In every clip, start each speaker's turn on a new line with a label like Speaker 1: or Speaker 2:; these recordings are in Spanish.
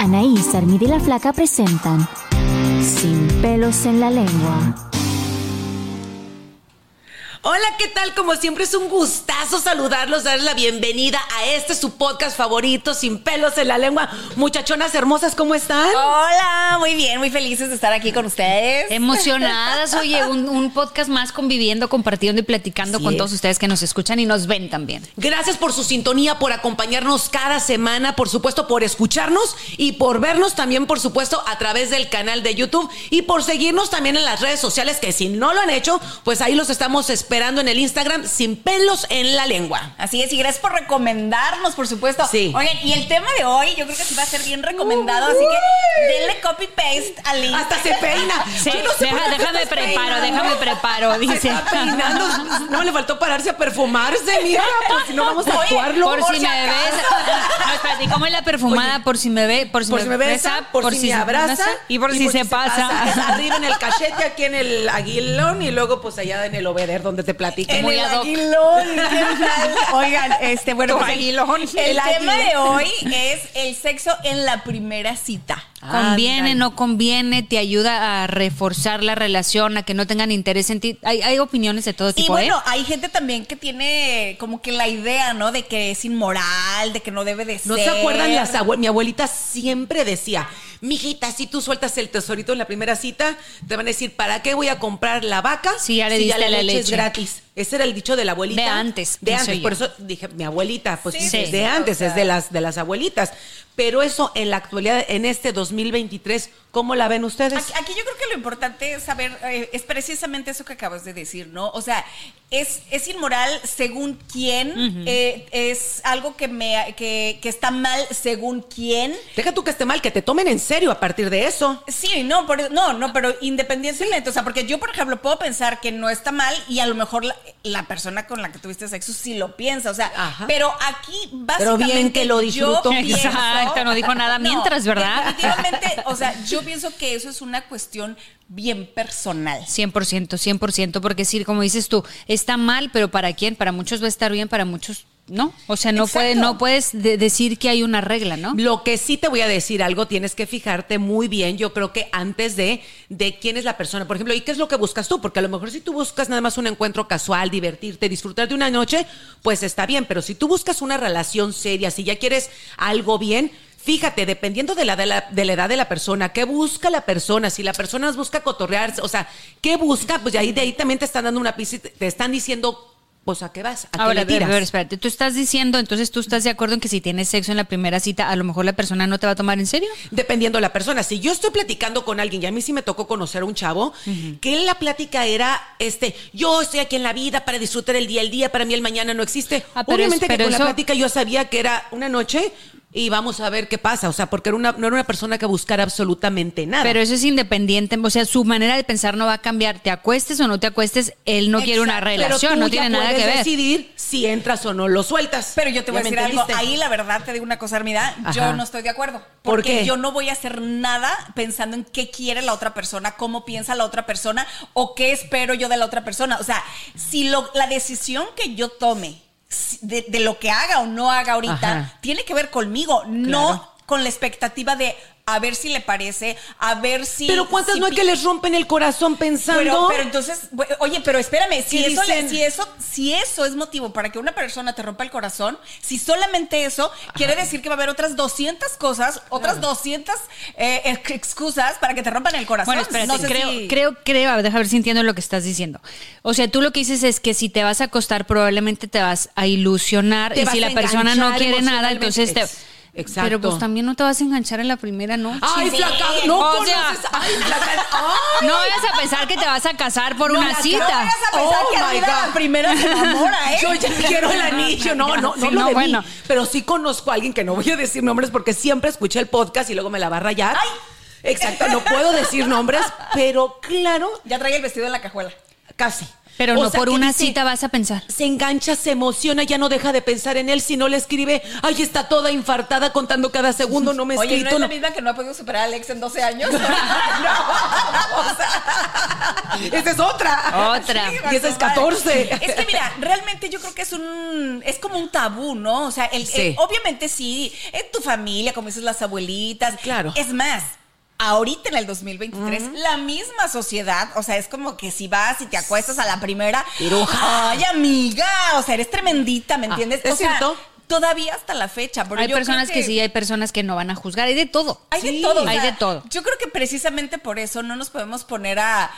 Speaker 1: Anaís, Armida y la Flaca presentan Sin pelos en la lengua.
Speaker 2: Hola, ¿qué tal? Como siempre es un gustazo saludarlos, darles la bienvenida a este su podcast favorito, Sin pelos en la lengua. Muchachonas hermosas, ¿cómo están?
Speaker 3: Hola, muy bien, muy felices de estar aquí con ustedes.
Speaker 2: Eh,
Speaker 4: Emocionadas, oye, un, un podcast más conviviendo, compartiendo y platicando
Speaker 2: Así
Speaker 4: con
Speaker 2: es.
Speaker 4: todos ustedes que nos escuchan y nos ven también.
Speaker 2: Gracias por su sintonía, por acompañarnos cada semana, por supuesto por escucharnos y por vernos también, por supuesto, a través del canal de YouTube y por seguirnos también en las redes sociales, que si no lo han hecho, pues ahí los estamos esperando en el Instagram sin pelos en la lengua.
Speaker 3: Así es, y gracias por recomendarnos, por supuesto.
Speaker 2: Sí.
Speaker 3: Oigan, y el tema de hoy yo creo que sí va a ser bien recomendado, así que denle copy paste al link.
Speaker 2: Hasta se peina.
Speaker 4: Sí,
Speaker 2: Yo no sé
Speaker 4: deja-
Speaker 2: por qué te
Speaker 4: déjame
Speaker 2: estás
Speaker 4: preparo,
Speaker 2: peinando.
Speaker 4: déjame preparo,
Speaker 2: Se
Speaker 4: dice.
Speaker 2: está peinando. No, le faltó pararse a perfumarse, mira, pues si no vamos a
Speaker 3: Oye,
Speaker 2: actuarlo.
Speaker 4: Por, si, me ves. No, espérate, ¿cómo es la perfumada? por si me ve, por si,
Speaker 2: Por si me besa, por, si, me
Speaker 4: se
Speaker 2: abraza
Speaker 4: y por si se, pasa.
Speaker 2: Arriba en el cachete, aquí en el aguilón y luego pues allá en el obeder donde te platico.
Speaker 3: En
Speaker 4: Muy
Speaker 3: el
Speaker 4: ad hoc.
Speaker 3: aguilón. Oigan, este, bueno,
Speaker 2: Tu
Speaker 3: pues el-
Speaker 2: aguilón.
Speaker 3: El,
Speaker 2: El
Speaker 3: tema
Speaker 2: aguilón.
Speaker 3: de hoy es el sexo en la primera cita.
Speaker 4: Ah, Conviene,
Speaker 2: Ándale.
Speaker 4: no conviene, te ayuda a reforzar la relación, a que no tengan interés en ti. Hay, hay opiniones de todo
Speaker 3: Y
Speaker 4: tipo,
Speaker 3: bueno,
Speaker 4: ¿eh?
Speaker 3: hay gente también que tiene como que la idea, ¿no? De que es inmoral, de que no debe de ser.
Speaker 2: ¿No se acuerdan las abue- Mi abuelita siempre decía, mijita, si tú sueltas el tesorito en la primera cita, te van a decir, ¿para qué voy a comprar la vaca?
Speaker 4: Sí, ya le diste la
Speaker 2: es
Speaker 4: leche".
Speaker 2: gratis. Ese era el dicho de la abuelita.
Speaker 4: De antes,
Speaker 2: De
Speaker 4: pienso
Speaker 2: antes.
Speaker 4: yo.
Speaker 2: Por eso dije, mi abuelita, pues
Speaker 3: Sí,
Speaker 2: desde
Speaker 4: sí,
Speaker 2: antes,
Speaker 3: o sea.
Speaker 2: es de las, de las abuelitas. Pero eso en la actualidad, en este 2023, ¿cómo la ven ustedes?
Speaker 3: Aquí, aquí yo creo que lo importante es saber, eh, es precisamente eso que acabas de decir, ¿no? O sea, es, es inmoral según quién, eh, es algo que, me, que, que está mal según quién.
Speaker 2: Deja tú que esté mal, que te tomen en serio a partir de eso.
Speaker 3: Sí, no, por eso- no, no, pero independientemente, o sea, porque yo, por ejemplo, puedo pensar que no está mal y a lo mejor la, la persona con la que tuviste sexo sí lo piensa, o sea,
Speaker 2: Ajá.
Speaker 3: pero aquí
Speaker 2: Pero
Speaker 3: básicamente
Speaker 2: bien que lo disfrutó.
Speaker 3: yo pienso-
Speaker 4: Exacto, no dijo nada mientras, ¿verdad?
Speaker 3: Definitivamente, o sea, yo pienso que eso es una cuestión bien personal.
Speaker 4: 100%, 100%, porque sí, como dices tú, está mal, pero ¿para quién? Para muchos va a estar bien, para muchos no. O sea, no,
Speaker 3: Exacto.
Speaker 4: puede, no puedes de- decir que hay una regla, ¿no?
Speaker 2: Lo que sí te voy a decir algo, tienes que fijarte muy bien, yo creo que antes de, de quién es la persona, por ejemplo, y qué es lo que buscas tú, porque a lo mejor si tú buscas nada más un encuentro casual, divertirte, disfrutar de una noche, pues está bien, pero si tú buscas una relación seria, si ya quieres algo bien... Fíjate, dependiendo de la, de, la, de la edad de la persona, qué busca la persona, si la persona busca cotorrearse, o sea, qué busca, pues ahí de ahí también te están dando una pista, y te te están diciendo, pues a qué vas, a qué
Speaker 4: Ahora,
Speaker 2: le
Speaker 4: a ver,
Speaker 2: tiras.
Speaker 4: a ver, espérate, tú estás diciendo, entonces tú estás de acuerdo en que si tienes sexo en la primera cita, a lo mejor la persona no te va a tomar en serio.
Speaker 2: dependiendo de la persona. Si yo estoy platicando con alguien, y a mí sí me tocó conocer a un chavo, que la plática era, este, yo estoy aquí en la vida para disfrutar el día, el día, para mí el mañana no existe.
Speaker 4: Ah, pero
Speaker 2: Obviamente
Speaker 4: es- pero
Speaker 2: que con
Speaker 4: eso-
Speaker 2: la plática yo sabía que era una noche y vamos a ver qué pasa, o sea, porque era una, no era una persona que buscara absolutamente nada.
Speaker 4: Pero eso es independiente, o sea, su manera de pensar no va a cambiar. Te acuestes o no te acuestes, él no quiere una
Speaker 3: Exacto,
Speaker 2: Pero
Speaker 4: relación,
Speaker 2: tú
Speaker 4: no
Speaker 2: ya
Speaker 4: tiene nada
Speaker 2: puedes
Speaker 4: que ver.
Speaker 2: decidir si entras o no lo sueltas.
Speaker 3: Pero yo te voy a
Speaker 2: ¿Ya me
Speaker 3: decir algo.
Speaker 2: entendiste?
Speaker 3: Ahí la verdad te digo una cosa, Armida.
Speaker 2: Ajá.
Speaker 3: Yo no estoy de acuerdo.
Speaker 2: ¿Por
Speaker 3: Porque
Speaker 2: qué?
Speaker 3: yo no voy a hacer nada pensando en qué quiere la otra persona, cómo piensa la otra persona o qué espero yo de la otra persona. O sea, si lo- la decisión que yo tome si- de, de lo que haga o no haga ahorita
Speaker 2: Ajá.
Speaker 3: tiene que ver conmigo, no con la expectativa de a ver si le parece, a ver si.
Speaker 2: Pero cuántas
Speaker 3: si
Speaker 2: no hay
Speaker 3: pi-
Speaker 2: que les rompen el corazón pensando.
Speaker 3: Pero, pero entonces, bu- oye, pero espérame, si
Speaker 2: ¿Qué
Speaker 3: eso, le-
Speaker 2: dicen?
Speaker 3: si, eso, si eso es motivo para que una persona te rompa el corazón, si solamente eso, quiere decir que va a haber otras 200 cosas, otras 200 eh, ex- excusas para que te rompan el corazón.
Speaker 4: Bueno, espérate,
Speaker 3: No sé
Speaker 4: creo,
Speaker 3: si-
Speaker 4: creo, creo, a ver, déjame ver si entiendo lo que estás diciendo. O sea, tú lo que dices es que si te vas a acostar, probablemente te vas a ilusionar.
Speaker 2: Te
Speaker 4: y
Speaker 2: vas
Speaker 4: si la
Speaker 2: a
Speaker 4: persona no
Speaker 2: enganchar
Speaker 4: quiere nada,
Speaker 2: emocionalmente.
Speaker 4: entonces te.
Speaker 2: Ex- exacto.
Speaker 4: Pero pues también no te vas a enganchar en la primera noche.
Speaker 2: Ay,
Speaker 3: Sí.
Speaker 2: flaca, no
Speaker 4: O sea-
Speaker 2: conoces. Ay, flaca. Ay.
Speaker 4: No vayas a pensar que te vas a casar por una
Speaker 3: No
Speaker 4: cita.
Speaker 3: vayas a pensar
Speaker 2: Oh
Speaker 3: que
Speaker 2: my
Speaker 3: arriba
Speaker 2: God.
Speaker 3: la primera se enamora, ¿eh?
Speaker 2: Yo ya quiero el anillo, no, no, no, lo
Speaker 4: Sí, no,
Speaker 2: de
Speaker 4: bueno.
Speaker 2: mí, pero sí conozco a alguien que no voy a decir nombres porque siempre escuché el podcast y luego me la va a rayar.
Speaker 3: Ay.
Speaker 2: Exacto, no puedo decir nombres, pero claro,
Speaker 3: Ya traía el vestido en la cajuela.
Speaker 2: casi.
Speaker 4: Pero
Speaker 2: O
Speaker 4: no
Speaker 2: sea,
Speaker 4: por
Speaker 2: que
Speaker 4: una
Speaker 2: dice,
Speaker 4: cita vas a pensar.
Speaker 2: se engancha, se emociona, ya no deja de pensar en él, si no le escribe, ay, está toda infartada contando cada segundo, no me ha
Speaker 3: Oye, ¿no
Speaker 2: escrito.
Speaker 3: es la
Speaker 2: no-
Speaker 3: misma que no ha podido superar a Alex en 12 años? no, o sea,
Speaker 2: Esa es otra.
Speaker 4: Otra.
Speaker 3: Sí,
Speaker 2: y esa es
Speaker 3: vale, vale.
Speaker 2: 14.
Speaker 3: Es que mira, realmente yo creo que es un es como un tabú, ¿no? O sea, el,
Speaker 2: Sí.
Speaker 3: el- obviamente sí, en tu familia, como dices las abuelitas.
Speaker 2: Claro.
Speaker 3: Es más, ahorita en el 2023, la misma sociedad, o sea, es como que si vas y te acuestas a la primera,
Speaker 2: Piruja.
Speaker 3: ay, amiga, o sea, eres tremendita, ¿me
Speaker 2: Ah,
Speaker 3: entiendes?
Speaker 2: ¿es
Speaker 3: O sea,
Speaker 2: cierto?
Speaker 3: Todavía hasta la fecha. pero
Speaker 4: Hay
Speaker 3: yo creo
Speaker 4: personas que... sí, hay personas que no van a juzgar, hay de todo.
Speaker 3: hay de
Speaker 4: Sí,
Speaker 3: todo. o
Speaker 4: Hay
Speaker 3: sea,
Speaker 4: de todo.
Speaker 3: Yo creo que precisamente por eso no nos podemos poner a,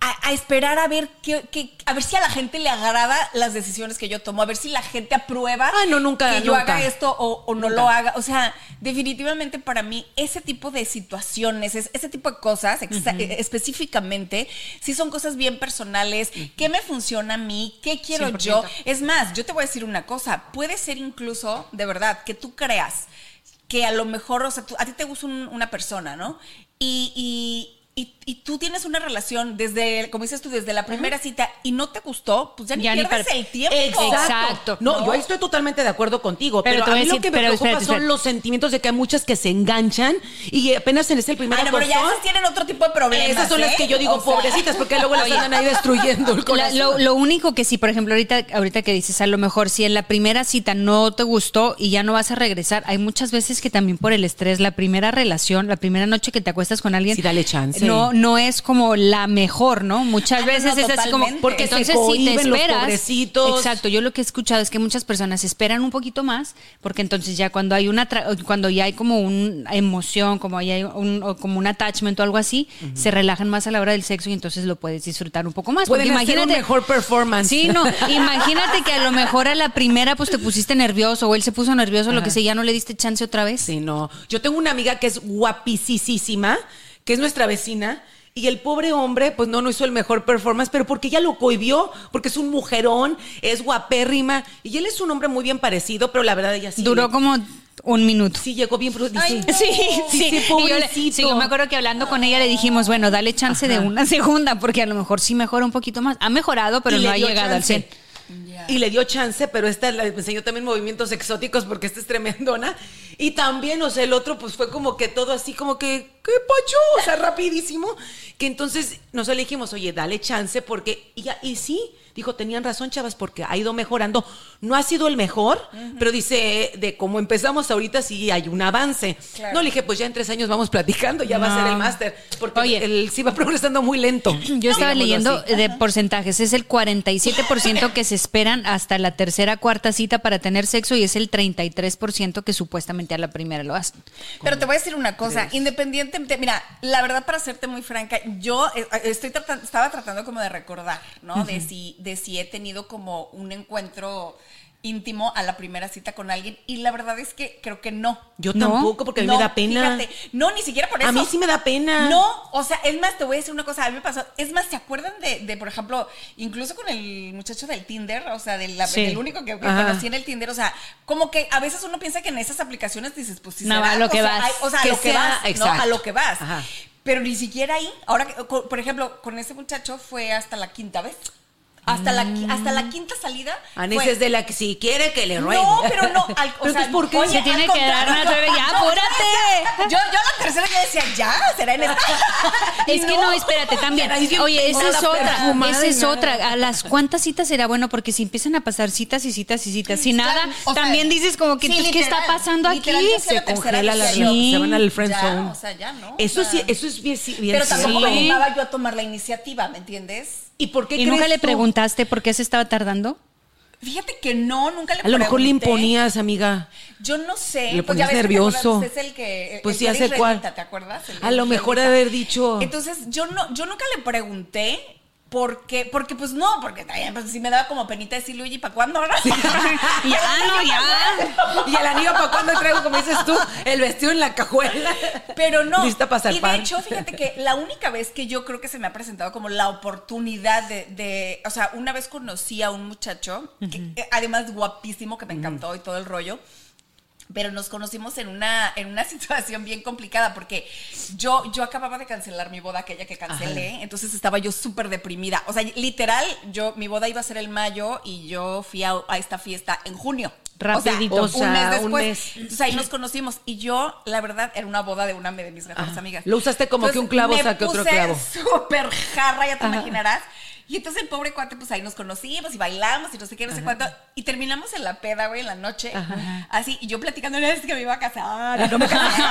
Speaker 3: a, a esperar a ver qué, qué- a ver si a la gente le agrada las decisiones que yo tomo, a ver si la gente aprueba
Speaker 2: Ah, no, nunca,
Speaker 3: que yo
Speaker 2: nunca.
Speaker 3: haga esto o, o no lo haga. O sea, definitivamente para mí ese tipo de situaciones, es- ese tipo de cosas exa- eh, específicamente, sí son cosas bien personales. ¿Qué me funciona a mí? ¿Qué quiero yo? Es más, yo te voy a decir una cosa. Puede ser incluso, de verdad, que tú creas que a lo mejor, o sea, tú- a ti te gusta un- una persona, ¿no? Y, y- y- y tú tienes una relación desde, como dices tú, desde la primera cita y no te gustó, pues ya ni
Speaker 4: Ya ni
Speaker 3: pierdes
Speaker 4: para-
Speaker 3: el tiempo.
Speaker 4: Exacto.
Speaker 2: No,
Speaker 4: No.
Speaker 2: yo ahí estoy totalmente de acuerdo contigo.
Speaker 4: Pero
Speaker 2: Pero,
Speaker 4: te voy
Speaker 2: a
Speaker 4: a
Speaker 2: mí lo
Speaker 4: decir-
Speaker 2: que me
Speaker 4: pero
Speaker 2: preocupa
Speaker 4: espérate,
Speaker 2: son
Speaker 4: espérate.
Speaker 2: los sentimientos de que hay muchas que se enganchan y apenas en ese el primer
Speaker 3: Ah, no, pero ya
Speaker 2: acostón,
Speaker 3: esas tienen otro tipo de problemas.
Speaker 2: Esas son las
Speaker 3: ¿eh?
Speaker 2: que yo digo,
Speaker 3: O sea,
Speaker 2: pobrecitas, porque luego las andan ahí destruyendo el
Speaker 4: La-
Speaker 2: corazón.
Speaker 4: lo, lo único que sí, por ejemplo, ahorita, ahorita que dices, a lo mejor si en la primera cita no te gustó y ya no vas a regresar, hay muchas veces que también por el estrés, la primera relación, la primera noche que te acuestas con alguien,
Speaker 2: Sí, dale chance.
Speaker 4: No, no es como la mejor, ¿no? Muchas
Speaker 3: Ah, no,
Speaker 4: veces
Speaker 3: no,
Speaker 4: es así como
Speaker 3: totalmente.
Speaker 2: Porque se cohíben los pobrecitos.
Speaker 4: exacto. Yo lo que he escuchado es que muchas personas esperan un poquito más, porque entonces ya cuando hay una, tra- cuando ya hay como una emoción, como ya hay un, o como un attachment o algo así, se relajan más a la hora del sexo y entonces lo puedes disfrutar un poco más.
Speaker 2: Pueden
Speaker 4: Porque
Speaker 2: hacer un mejor performance.
Speaker 4: Sí, no. Imagínate que a lo mejor a la primera pues te pusiste nervioso o él se puso nervioso, lo que sea, ya no le diste chance otra vez.
Speaker 2: Sí, no. Yo tengo una amiga que es guapicísima, que es nuestra vecina. Y el pobre hombre, pues no, no hizo el mejor performance, pero porque ella lo cohibió, porque es un mujerón, es guapérrima. Y él es un hombre muy bien parecido, pero la verdad ella sí.
Speaker 4: Duró como un minuto.
Speaker 2: Sí, llegó bien. pero dice,
Speaker 3: Ay, no.
Speaker 4: Sí,
Speaker 2: sí,
Speaker 4: sí,
Speaker 2: sí,
Speaker 4: Y yo le-
Speaker 2: pobrecito.
Speaker 4: sí, yo me acuerdo que hablando con ella le dijimos, bueno, dale chance de una segunda, porque a lo mejor sí mejora un poquito más. Ha mejorado, pero
Speaker 2: Y
Speaker 4: no
Speaker 2: le
Speaker 4: ha
Speaker 2: dio
Speaker 4: llegado al
Speaker 2: chance.
Speaker 4: 100.
Speaker 2: Y le dio chance, pero esta la enseñó también movimientos exóticos porque esta es tremendona. Y también, o sea, el otro pues fue como que todo así como que, ¿qué pacho? O sea, rapidísimo. Que entonces nosotros le dijimos, oye, dale chance porque, y, ya- y sí, dijo, tenían razón, chavas, porque ha ido mejorando. No ha sido el mejor, pero dice, eh, de cómo empezamos ahorita sí hay un avance.
Speaker 3: Claro.
Speaker 2: No, le dije, pues ya en tres años vamos platicando, ya va a ser el máster, porque
Speaker 4: Oye.
Speaker 2: él sí va progresando muy lento.
Speaker 4: Yo
Speaker 2: digámoslo
Speaker 4: estaba leyendo
Speaker 2: así.
Speaker 4: de porcentajes, es el 47% que se esperan hasta la tercera, cuarta cita para tener sexo y es el 33% que supuestamente a la primera lo hacen.
Speaker 3: Pero te voy a decir una cosa, independientemente, mira, la verdad para serte muy franca, yo eh, estoy tratan- estaba tratando como de recordar, ¿no? De si de si he tenido como un encuentro íntimo a la primera cita con alguien y la verdad es que creo que no.
Speaker 2: Yo
Speaker 4: No,
Speaker 2: tampoco, porque a mí
Speaker 3: No,
Speaker 2: me da pena.
Speaker 3: fíjate, no, ni siquiera por eso.
Speaker 2: A mí sí me da pena.
Speaker 3: No, o sea, es más, te voy a decir una cosa, a mí me pasó, es más, ¿se acuerdan de, de, por ejemplo, incluso con el muchacho del Tinder, o sea, del,
Speaker 4: Sí.
Speaker 3: del único que, que
Speaker 2: Ajá.
Speaker 3: conocí en el Tinder, o sea, como que a veces uno piensa que en esas aplicaciones dices, pues sí,
Speaker 4: No,
Speaker 3: será,
Speaker 4: a lo
Speaker 3: o
Speaker 4: que
Speaker 3: sea,
Speaker 4: vas.
Speaker 3: ay, o sea,
Speaker 2: Que
Speaker 3: a lo que
Speaker 2: sea,
Speaker 3: vas,
Speaker 2: exacto.
Speaker 3: ¿no? A lo que vas.
Speaker 2: Ajá.
Speaker 3: Pero ni siquiera ahí, ahora, que- co- por ejemplo, con ese muchacho fue hasta la quinta vez. Hasta, la, hasta la quinta salida.
Speaker 2: Anis
Speaker 3: fue-
Speaker 2: Mm. es de la que si quiere que le ruegue.
Speaker 3: Pues No, pero no. Al, o
Speaker 2: Pero
Speaker 3: sea,
Speaker 2: pues, ¿por qué?
Speaker 3: oye,
Speaker 4: Se
Speaker 3: al
Speaker 4: tiene que dar
Speaker 3: contrario,
Speaker 4: una
Speaker 3: yo-
Speaker 4: llave, ya,
Speaker 3: yo-
Speaker 4: apúrate.
Speaker 3: Yo, yo la tercera ya decía, ya, será en esta.
Speaker 4: Es que no, espérate, también. Oye, esa es otra, esa es otra. ¿A las cuántas citas será bueno? Porque si empiezan a pasar citas y citas y citas y nada,
Speaker 3: O sea,
Speaker 4: también dices como que
Speaker 3: sí,
Speaker 4: entonces, ¿qué
Speaker 3: literal,
Speaker 4: está pasando aquí?
Speaker 3: literal, yo sé
Speaker 2: se
Speaker 3: la tercera
Speaker 2: congela la
Speaker 3: vez que
Speaker 4: yo-
Speaker 2: sí. se van al friend
Speaker 3: Ya,
Speaker 2: zone.
Speaker 3: o sea, ya, ¿no?
Speaker 2: Eso,
Speaker 3: O sea-
Speaker 2: sí, eso es bien, sí, bien
Speaker 3: Pero tampoco
Speaker 2: cierto.
Speaker 3: me animaba yo a tomar la iniciativa, ¿me entiendes?
Speaker 2: ¿Y por qué
Speaker 4: ¿Y nunca
Speaker 2: crees
Speaker 4: le
Speaker 2: tú?
Speaker 4: preguntaste por qué se estaba tardando?
Speaker 3: Fíjate que no, nunca le
Speaker 2: A lo mejor le
Speaker 3: pregunté.
Speaker 2: imponías, amiga.
Speaker 3: Yo no sé.
Speaker 2: Le
Speaker 3: pues ya
Speaker 2: ponías
Speaker 3: ves que te acuerdas,
Speaker 2: nervioso.
Speaker 3: Es el que. el
Speaker 2: Pues
Speaker 3: que
Speaker 2: sí,
Speaker 3: era
Speaker 2: hace cuál.
Speaker 3: israelita, ¿Te acuerdas? El
Speaker 2: A lo mejor
Speaker 3: israelita.
Speaker 2: haber dicho.
Speaker 3: Entonces, yo no, yo nunca le pregunté. Porque, porque pues no, porque también pues, sí me daba como penita decirle, oye, ¿para cuándo? ahora?
Speaker 4: Ya, no, ya.
Speaker 2: "Ah, Y el anillo para cuando traigo, como dices tú, el vestido en la cajuela.
Speaker 3: Pero no.
Speaker 2: Lista para
Speaker 3: y
Speaker 2: zarpar.
Speaker 3: de hecho, fíjate que la única vez que yo creo que se me ha presentado como la oportunidad de, de- o sea, una vez conocí a un muchacho, que, eh, además guapísimo, que me encantó y todo el rollo. Pero nos conocimos en una, en una situación bien complicada porque yo, yo acababa de cancelar mi boda, aquella que cancelé, entonces estaba yo súper deprimida. O sea, literal, yo, mi boda iba a ser el mayo y yo fui a, a esta fiesta en junio.
Speaker 4: Rapidito.
Speaker 3: O sea,
Speaker 2: O
Speaker 3: un
Speaker 2: sea,
Speaker 3: mes
Speaker 2: un
Speaker 3: después.
Speaker 2: mes.
Speaker 3: Entonces ahí nos conocimos y yo, la verdad, era una boda de una de mis mejores
Speaker 2: Ajá.
Speaker 3: amigas.
Speaker 2: Lo usaste como que un clavo
Speaker 3: me
Speaker 2: saque otro
Speaker 3: puse
Speaker 2: clavo.
Speaker 3: Súper jarra, ya te imaginarás. Y entonces el pobre cuate, pues ahí nos conocimos y bailamos y no sé qué, no sé cuánto. Y terminamos en la peda, güey, en la noche. Así, y yo platicando, es que me iba a casar, y no me casé,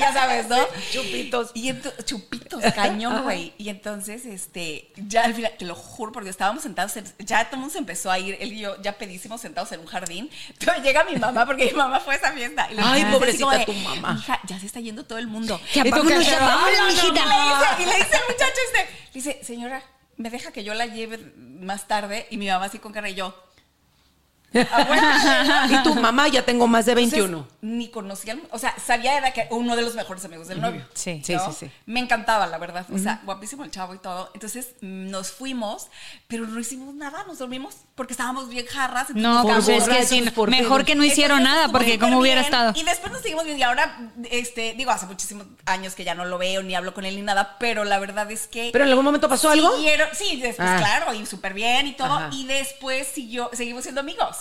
Speaker 3: ya sabes, ¿no?
Speaker 2: Chupitos.
Speaker 3: Y ento- chupitos, cañón, güey. Y entonces, este, ya al final, te lo juro, porque estábamos sentados, en- ya todo el mundo se empezó a ir, él y yo, ya pedísimos sentados en un jardín. Entonces llega mi mamá, porque mi mamá fue a esa fiesta. Y
Speaker 2: Ay,
Speaker 3: la mamá así como
Speaker 2: pobrecita
Speaker 3: de,
Speaker 2: tu mamá.
Speaker 3: Hija, ya se está yendo todo el mundo.
Speaker 4: Ya
Speaker 2: ¿Y tú qué?
Speaker 4: vámonos, ya vámonos,
Speaker 2: Vámonos,
Speaker 3: Y le
Speaker 4: mijita.
Speaker 3: dice, y le dice el muchacho este, le dice, señora, me deja que yo la lleve más tarde. Y mi mamá así con cara y yo. "Aguanta".
Speaker 2: Y tu mamá ya tengo más de
Speaker 3: Entonces,
Speaker 2: 21.
Speaker 3: ni conocía, al- o sea, sabía era que uno de los mejores amigos del novio.
Speaker 4: Sí.
Speaker 3: ¿no?
Speaker 2: Sí, sí, sí.
Speaker 3: Me encantaba, la verdad. O sea, guapísimo el chavo y todo. Entonces mm, nos fuimos, pero no hicimos nada, nos dormimos porque estábamos bien jarras. entonces
Speaker 4: No,
Speaker 3: nos
Speaker 4: pues
Speaker 3: quedamos
Speaker 4: es que
Speaker 3: dormidos.
Speaker 4: sí,
Speaker 2: borrachos, porteros.
Speaker 4: mejor que no hicieron
Speaker 3: Entonces,
Speaker 4: nada,
Speaker 3: estuvo
Speaker 4: porque
Speaker 3: súper
Speaker 4: como hubiera
Speaker 3: bien,
Speaker 4: estado.
Speaker 3: Y después nos seguimos viendo. Y ahora, este, digo, hace muchísimos años que ya no lo veo, ni hablo con él ni nada, pero la verdad es que.
Speaker 2: ¿Pero en algún momento pasó algo?
Speaker 3: siguieron- sí, después,
Speaker 2: Ah.
Speaker 3: claro, y súper bien y todo.
Speaker 2: Ajá.
Speaker 3: Y después siguió, seguimos siendo amigos.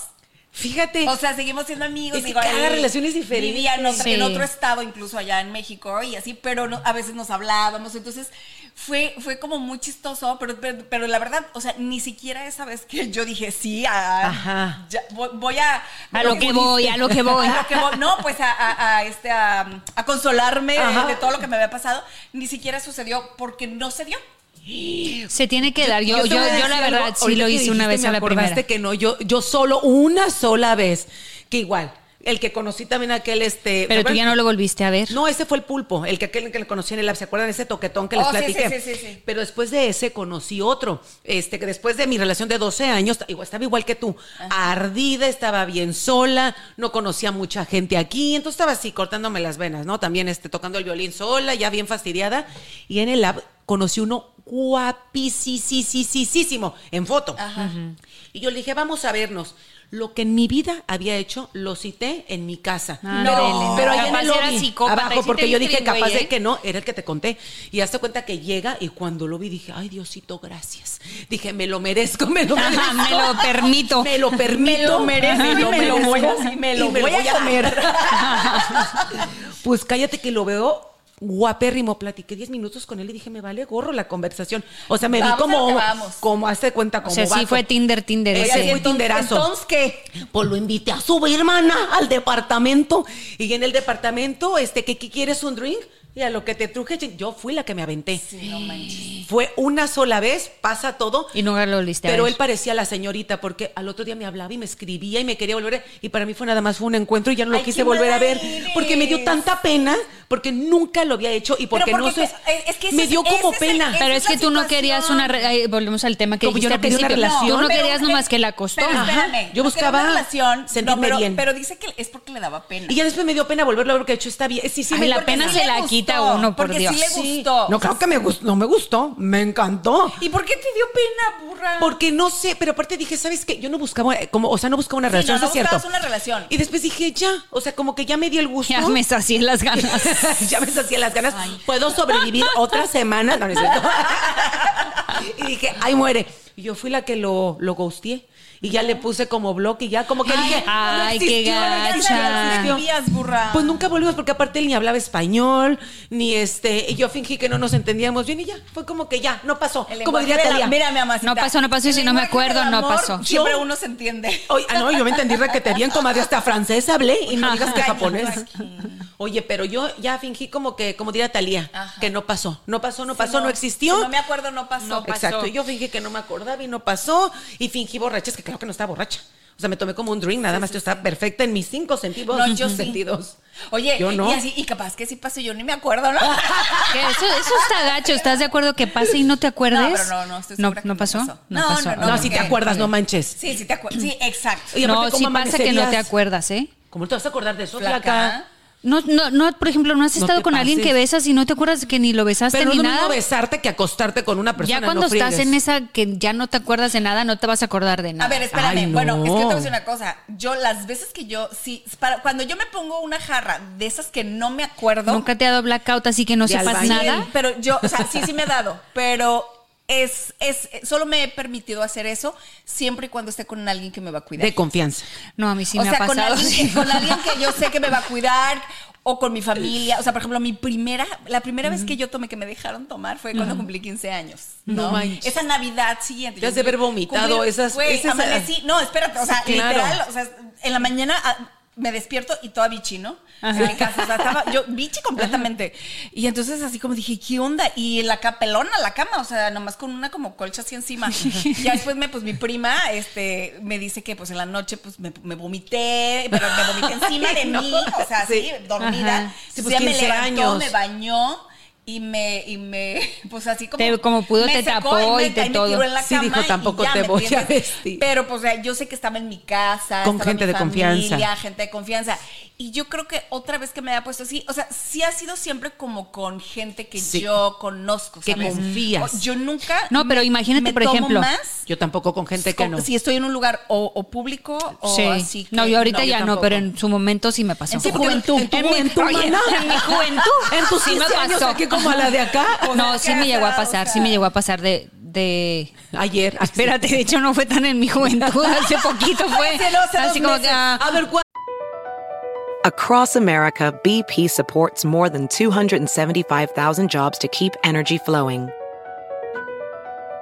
Speaker 2: Fíjate.
Speaker 3: O sea, seguimos siendo amigos.
Speaker 2: Es que
Speaker 3: digo,
Speaker 2: cada
Speaker 3: él
Speaker 2: relación es diferente.
Speaker 3: Vivía en otro,
Speaker 4: Sí.
Speaker 3: en otro estado, incluso allá en México y así, pero no- a veces nos hablábamos. Entonces fue, fue como muy chistoso, pero, pero, pero la verdad, o sea, ni siquiera esa vez que yo dije sí, a,
Speaker 2: Ajá.
Speaker 3: ya, voy, voy a.
Speaker 4: A lo que voy, a lo que voy.
Speaker 3: A lo que voy. No, pues a, a- a, este, a, a consolarme de-
Speaker 2: Ajá.
Speaker 3: de todo lo que me había pasado. Ni siquiera sucedió porque no se dio.
Speaker 4: Se tiene que dar. Yo, yo,
Speaker 2: te voy a
Speaker 4: yo,
Speaker 2: decir
Speaker 4: la
Speaker 2: algo.
Speaker 4: verdad sí
Speaker 2: Ahorita
Speaker 4: lo
Speaker 2: que
Speaker 4: hice
Speaker 2: dijiste,
Speaker 4: una vez
Speaker 2: me
Speaker 4: a la
Speaker 2: acordaste
Speaker 4: primera.
Speaker 2: que no, yo, yo solo una sola vez. Que igual, el que conocí también aquel este. ¿te
Speaker 4: Pero tú
Speaker 2: acuerdas?
Speaker 4: ya no lo volviste a ver.
Speaker 2: No, ese fue el pulpo, el que aquel que le conocí en el lab, ¿se acuerdan? Ese toquetón que les
Speaker 3: Oh, sí,
Speaker 2: platiqué.
Speaker 3: sí, sí, sí, sí.
Speaker 2: Pero después de ese conocí otro, este, que después de mi relación de 12 años, ta- igual- estaba igual que tú, ardida, estaba bien sola, no conocía mucha gente aquí, entonces estaba así cortándome las venas, ¿no? También este, tocando el violín sola, ya bien fastidiada. Y en el lab conocí uno guapísimo, en foto. Y yo le dije, vamos a vernos. Lo que en mi vida había hecho, lo cité en mi casa.
Speaker 4: Ah,
Speaker 2: pero,
Speaker 4: Belén.
Speaker 2: pero ahí en
Speaker 4: Capaz
Speaker 2: el
Speaker 4: era
Speaker 2: lobby,
Speaker 4: psicópata, y
Speaker 2: abajo,
Speaker 4: sí
Speaker 2: porque
Speaker 4: te
Speaker 2: yo
Speaker 4: viste
Speaker 2: dije
Speaker 4: bien,
Speaker 2: capaz
Speaker 4: güey,
Speaker 2: de
Speaker 4: ¿eh?
Speaker 2: que no, era el que te conté. Y hazte cuenta que llega y cuando lo vi dije, ay Diosito, gracias. Dije, me lo merezco, me lo merezco.
Speaker 4: Ajá, me lo permito.
Speaker 2: Me lo permito.
Speaker 3: Me lo merezco y me lo voy a-
Speaker 2: merezco,
Speaker 3: y me
Speaker 2: y
Speaker 3: lo voy a
Speaker 2: dar.
Speaker 3: comer.
Speaker 2: pues cállate que lo veo guapérrimo. Platiqué 10 minutos con él y dije, me vale gorro la conversación. O sea, me
Speaker 3: Vamos
Speaker 2: vi
Speaker 3: a lo que
Speaker 2: como,
Speaker 3: vamos.
Speaker 2: como hace cuenta,
Speaker 4: O
Speaker 2: como
Speaker 4: sea, sí
Speaker 2: vato.
Speaker 4: fue Tinder, Tinder.
Speaker 2: Oye,
Speaker 4: ese.
Speaker 2: fue tinderazo.
Speaker 3: Entonces, ¿qué?
Speaker 2: Pues lo invité a subir, hermana, al departamento. Y en el departamento, este, que, que quieres un drink? Y a lo que te truje, yo fui la que me aventé.
Speaker 3: No manches.
Speaker 2: Fue una sola vez, pasa todo.
Speaker 4: Y nunca lo volviste a
Speaker 2: Pero
Speaker 4: ver.
Speaker 2: él parecía la señorita porque al otro día me hablaba y me escribía y me quería volver. a- Y para mí fue nada más fue un encuentro y ya no lo
Speaker 3: Ay,
Speaker 2: quise
Speaker 3: qué
Speaker 2: volver a
Speaker 3: mala
Speaker 2: ver
Speaker 3: eres.
Speaker 2: porque me dio tanta pena porque nunca lo había hecho y porque, no
Speaker 3: porque
Speaker 2: sé.
Speaker 3: te- es- es que ese
Speaker 2: me
Speaker 3: es-
Speaker 2: dio como
Speaker 3: ese es el-
Speaker 2: pena.
Speaker 3: esa
Speaker 4: Pero es
Speaker 3: es la
Speaker 4: que tú no
Speaker 3: situación.
Speaker 4: querías una. re- ay, volvemos al tema que
Speaker 2: Como yo no
Speaker 4: dijiste al
Speaker 2: quería una
Speaker 4: principio.
Speaker 2: relación.
Speaker 4: Tú no
Speaker 3: pero-
Speaker 4: querías nomás que la costó.
Speaker 3: Pero
Speaker 2: Ajá.
Speaker 3: espérame,
Speaker 2: Yo
Speaker 3: no quería una
Speaker 2: buscaba
Speaker 3: relación,
Speaker 2: sentirme
Speaker 3: pero,
Speaker 2: bien.
Speaker 3: Pero dice que es porque le daba pena.
Speaker 2: y ya después me dio pena volverlo a ver, que de hecho está bien. Sí, sí,
Speaker 4: Ay,
Speaker 2: me
Speaker 4: la
Speaker 2: dio
Speaker 4: pena
Speaker 3: sí
Speaker 4: se
Speaker 3: le
Speaker 4: la
Speaker 3: gustó,
Speaker 4: quita a uno, por
Speaker 3: porque sí
Speaker 4: Dios.
Speaker 3: le
Speaker 2: Sí.
Speaker 3: gustó.
Speaker 2: No, claro que me gustó, no me gustó, me encantó.
Speaker 3: ¿Y por qué te dio pena, burra?
Speaker 2: Porque no sé, pero aparte dije, ¿sabes qué? Yo no buscaba, eh, como, o sea, no buscaba una
Speaker 3: Sí,
Speaker 2: relación,
Speaker 3: no,
Speaker 2: eso
Speaker 3: no
Speaker 2: es
Speaker 3: buscabas
Speaker 2: cierto.
Speaker 3: una relación.
Speaker 2: Y después dije, ya, o sea, como que ya me dio el gusto.
Speaker 4: Ya me sacié las ganas.
Speaker 2: ya me sacié las ganas. ¿Puedo sobrevivir otra semana? No, no es cierto. y dije, ay, muere. Y yo fui la que lo, lo ghosteé. Y ya le puse como bloque y ya como que
Speaker 4: Ay,
Speaker 2: dije. "Ah,
Speaker 4: ay, qué
Speaker 2: existió, ya
Speaker 4: gacha.
Speaker 2: sabes, existió.
Speaker 3: Vivías, burra.
Speaker 2: Pues nunca volvimos porque aparte él ni hablaba español, ni este, y yo fingí que no nos entendíamos bien y ya, fue como que ya, no pasó.
Speaker 3: El
Speaker 2: Como
Speaker 3: lenguaje
Speaker 2: diría
Speaker 3: del
Speaker 2: Talía.
Speaker 3: am- Mira, mi amacita,
Speaker 4: No pasó, no pasó, y
Speaker 3: el
Speaker 4: si no me
Speaker 3: lenguaje
Speaker 4: acuerdo,
Speaker 3: del
Speaker 4: no
Speaker 3: amor,
Speaker 4: pasó.
Speaker 3: Siempre
Speaker 2: Yo-
Speaker 3: uno se entiende.
Speaker 2: Oye, ah, no, yo me entendí requete bien, comadre, hasta francés hablé y no digas que
Speaker 3: Ay,
Speaker 2: japonés.
Speaker 3: aquí.
Speaker 2: Oye, pero yo ya fingí como que, como diría Talía,
Speaker 3: Ajá.
Speaker 2: que no pasó, no pasó, no
Speaker 3: Si
Speaker 2: pasó, no, existió.
Speaker 3: si no me acuerdo, no pasó.
Speaker 4: No pasó.
Speaker 2: Exacto, y yo fingí que no me acordaba y no pasó, y fingí borracha, es que claro que no estaba borracha. O sea, me tomé como un drink, nada más, yo estaba perfecta en mis cinco sentidos.
Speaker 3: No, yo sí.
Speaker 2: sentidos.
Speaker 3: Oye,
Speaker 2: Yo no.
Speaker 3: y así, y capaz que sí pasó, yo ni me acuerdo, ¿no?
Speaker 4: ¿Qué? Eso, eso está gacho. ¿Estás de acuerdo que pase y no te acuerdes?
Speaker 3: No, pero no, no, estoy
Speaker 4: no,
Speaker 3: segura que
Speaker 4: no
Speaker 3: no
Speaker 4: pasó.
Speaker 3: pasó.
Speaker 4: No
Speaker 3: No,
Speaker 4: pasó.
Speaker 3: no,
Speaker 2: No, si te
Speaker 3: porque-
Speaker 2: acuerdas, no manches.
Speaker 3: Sí, sí te acuerdas. Sí, exacto.
Speaker 2: Y aparte,
Speaker 4: No,
Speaker 2: ¿cómo
Speaker 4: sí pasa que no te
Speaker 2: amanecerías?
Speaker 4: acuerdas, ¿eh?
Speaker 2: ¿Cómo te vas a acordar de eso,
Speaker 3: Flaca.
Speaker 2: flaca?
Speaker 4: No, no, no, por ejemplo, no has
Speaker 2: No
Speaker 4: estado
Speaker 2: te
Speaker 4: con alguien
Speaker 2: pases.
Speaker 4: que besas y no te acuerdas que ni lo besaste
Speaker 2: Pero no
Speaker 4: ni
Speaker 2: es lo
Speaker 4: nada.
Speaker 2: mismo besarte que acostarte con una persona.
Speaker 4: ya cuando
Speaker 2: no
Speaker 4: estás
Speaker 2: friegues.
Speaker 4: en esa que ya no te acuerdas de nada, no te vas a acordar de nada.
Speaker 3: A ver, espérame.
Speaker 2: Ay, no.
Speaker 3: Bueno, es que te voy a decir una cosa. Yo, las veces que yo, sí, para- cuando yo me pongo una jarra de esas que no me acuerdo.
Speaker 4: Nunca te ha dado blackout, así que no
Speaker 2: De
Speaker 4: sepas
Speaker 3: sí,
Speaker 2: albañil.
Speaker 4: nada.
Speaker 3: Pero yo, o sea, sí, sí me he dado. Pero es, es, solo me he permitido hacer eso siempre y cuando esté con alguien que me va a cuidar.
Speaker 2: De confianza.
Speaker 4: No, a mí sí
Speaker 3: o
Speaker 4: me
Speaker 3: sea,
Speaker 4: ha
Speaker 3: con,
Speaker 4: pasado.
Speaker 3: alguien que, con alguien que yo sé que me va a cuidar o con mi familia. O sea, por ejemplo, mi primera, la primera vez que yo tomé, que me dejaron tomar, fue cuando cumplí 15 años.
Speaker 2: No
Speaker 3: No,
Speaker 2: manches.
Speaker 3: Esa Navidad siguiente.
Speaker 2: Te has de
Speaker 3: yo
Speaker 2: haber
Speaker 3: cumplí-
Speaker 2: vomitado esas-
Speaker 3: Güey,
Speaker 2: esas-
Speaker 3: amanecí- No, espérate, o sea,
Speaker 2: Sí, claro.
Speaker 3: literal, o sea, en la mañana ah, me despierto y toda bichi, ¿no? En mi casa, o sea, estaba yo bichi completamente. Y entonces así como dije, ¿qué onda? Y la capelona, la cama, o sea, nomás con una como colcha así encima. ya después me, pues mi prima, este, me dice que pues en la noche pues me, me vomité, pero me vomité encima de
Speaker 2: Ay, no.
Speaker 3: mí, o sea, así,
Speaker 2: Sí.
Speaker 3: dormida.
Speaker 4: Ajá.
Speaker 2: Sí,
Speaker 3: Sí,
Speaker 2: pues,
Speaker 3: ya me
Speaker 2: 15
Speaker 3: levantó,
Speaker 2: años.
Speaker 3: me bañó. Y me, y me, pues así como.
Speaker 4: Te- como pudo,
Speaker 3: me
Speaker 4: te
Speaker 3: secó
Speaker 4: tapó
Speaker 3: me-
Speaker 4: y te
Speaker 3: me
Speaker 4: todo.
Speaker 3: tiró en la
Speaker 2: Sí,
Speaker 3: cama
Speaker 2: dijo,
Speaker 3: y
Speaker 2: "Tampoco
Speaker 3: ya,
Speaker 2: te
Speaker 3: ¿me
Speaker 2: voy a
Speaker 3: entiendes?
Speaker 2: vestir".
Speaker 3: Pero pues o sea, yo sé que estaba en mi casa.
Speaker 2: Con
Speaker 3: estaba
Speaker 2: gente
Speaker 3: mi
Speaker 2: de
Speaker 3: familia,
Speaker 2: confianza.
Speaker 3: gente de confianza. Y yo creo que otra vez que me haya puesto así, o sea, sí ha sido siempre como con gente que
Speaker 2: Sí.
Speaker 3: yo conozco.
Speaker 2: Que
Speaker 3: ¿sabes?
Speaker 2: confías.
Speaker 3: O- Yo nunca.
Speaker 4: No, pero imagínate,
Speaker 3: me
Speaker 4: por
Speaker 3: tomo
Speaker 4: ejemplo,
Speaker 3: más
Speaker 2: Yo tampoco con gente que
Speaker 3: con-
Speaker 2: no.
Speaker 3: Si estoy en un lugar o, o público o
Speaker 4: sí.
Speaker 3: así.
Speaker 4: no,
Speaker 3: que-
Speaker 4: yo ahorita
Speaker 3: no,
Speaker 4: ya no,
Speaker 2: tampoco.
Speaker 4: pero en su momento sí me pasó.
Speaker 3: En tu juventud,
Speaker 4: En,
Speaker 3: en tu
Speaker 4: mi-
Speaker 3: juventud,
Speaker 4: oye,
Speaker 3: maná.
Speaker 4: en mi juventud.
Speaker 2: En tus
Speaker 4: sí me
Speaker 2: 15 años,
Speaker 4: pasó.
Speaker 2: aquí como a la de acá.
Speaker 4: No, sí me llegó a
Speaker 3: casa, o
Speaker 4: pasar, sí
Speaker 3: sea.
Speaker 4: me llegó a pasar de... de
Speaker 2: Ayer.
Speaker 4: Espérate, de hecho no fue tan en mi juventud, hace poquito fue.
Speaker 3: Hace dos- hace dos
Speaker 4: así como que...
Speaker 3: meses.
Speaker 4: ah,
Speaker 2: A ver, ¿cuál?
Speaker 5: Across America, BP supports more than 275,000 jobs to keep energy flowing.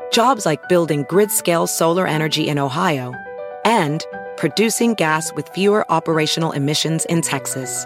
Speaker 5: Jobs like building grid scale solar energy in Ohio and producing gas with fewer operational emissions in Texas.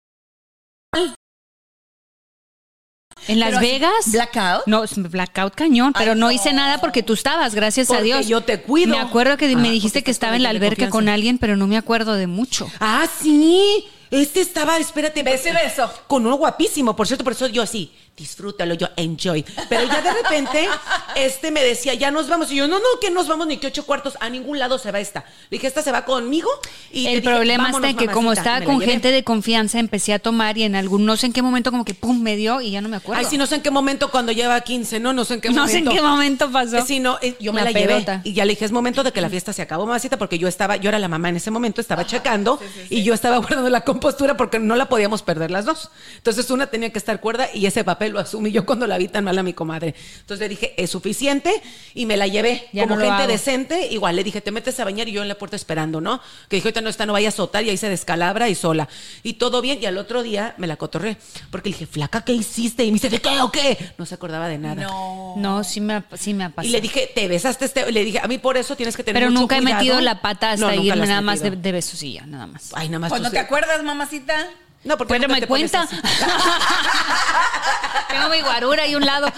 Speaker 4: ¿En Las
Speaker 3: Pero así,
Speaker 4: Vegas?
Speaker 3: ¿Blackout?
Speaker 4: No, es blackout cañón, pero
Speaker 3: Ay,
Speaker 4: no.
Speaker 3: no.
Speaker 4: hice nada porque tú estabas, gracias a
Speaker 2: Porque
Speaker 4: Dios.
Speaker 2: yo te cuido.
Speaker 4: Me acuerdo que me
Speaker 2: Ah,
Speaker 4: dijiste
Speaker 2: porque
Speaker 4: que
Speaker 2: estás
Speaker 4: estaba en la
Speaker 2: con alguien de
Speaker 4: alberca con
Speaker 2: confianza.
Speaker 4: alguien, pero no me acuerdo de mucho.
Speaker 2: Ah, sí. Este estaba, espérate.
Speaker 3: Beso y beso.
Speaker 2: Con uno guapísimo, por cierto, por eso yo así, disfrútalo, yo enjoy. Pero ya de repente, este me decía, ya nos vamos. Y yo, no, no, que nos vamos ni que ocho cuartos, a ningún lado se va esta. Le dije, esta se va conmigo. Y
Speaker 4: el
Speaker 2: le dije,
Speaker 4: problema está
Speaker 2: vámonos,
Speaker 4: en que como
Speaker 2: mamacita. Me
Speaker 4: estaba
Speaker 2: la
Speaker 4: con
Speaker 2: llevé.
Speaker 4: gente de confianza, empecé a tomar y en algún, no sé en qué momento, como que pum, me dio y ya no me acuerdo.
Speaker 2: Ay, sí, no sé en qué momento cuando lleva 15, no, no sé en qué
Speaker 4: No
Speaker 2: momento.
Speaker 4: sé en qué momento pasó.
Speaker 2: Eh, Sí, no, eh, yo me
Speaker 4: La
Speaker 2: la, llevé
Speaker 4: pedota.
Speaker 2: y ya le dije, es momento de que la fiesta se acabó, mamacita, porque yo estaba, yo era la mamá en ese momento,
Speaker 4: Ah,
Speaker 2: estaba checando y yo estaba guardando la compostura porque no la podíamos perder las dos. Entonces una tenía que estar cuerda y ese papel lo asumí yo cuando la vi tan mal a mi comadre. Entonces le dije, es suficiente y me la llevé.
Speaker 4: Ya
Speaker 2: Como
Speaker 4: no lo
Speaker 2: gente
Speaker 4: hago.
Speaker 2: decente, igual le dije, te metes a bañar y yo en la puerta esperando, ¿no? Que dije, ahorita no está, no vaya a azotar y ahí se descalabra y sola. Y todo bien y al otro día me la cotorré porque le dije, flaca, ¿qué hiciste? Y me dice, ¿de qué o qué? No se acordaba de nada.
Speaker 3: No.
Speaker 4: No, sí me, ha- sí me ha pasado.
Speaker 2: Y le dije, te besaste este. Le dije, a mí por eso tienes que tener
Speaker 4: pero
Speaker 2: mucho
Speaker 4: nunca he
Speaker 2: cuidado.
Speaker 4: metido la pata
Speaker 2: No,
Speaker 4: hasta
Speaker 2: nunca
Speaker 4: irme
Speaker 2: la has
Speaker 4: nada más de,
Speaker 2: metido.
Speaker 4: de besos y ya, nada más.
Speaker 2: Ay, nada más.
Speaker 3: Pues
Speaker 2: tú
Speaker 3: no
Speaker 2: sí.
Speaker 3: te acuerdas, mamacita.
Speaker 2: No, porque
Speaker 4: Pero
Speaker 2: nunca
Speaker 4: me
Speaker 2: te pones
Speaker 4: cuenta.
Speaker 2: así.
Speaker 4: Tengo mi guarura ahí a un lado.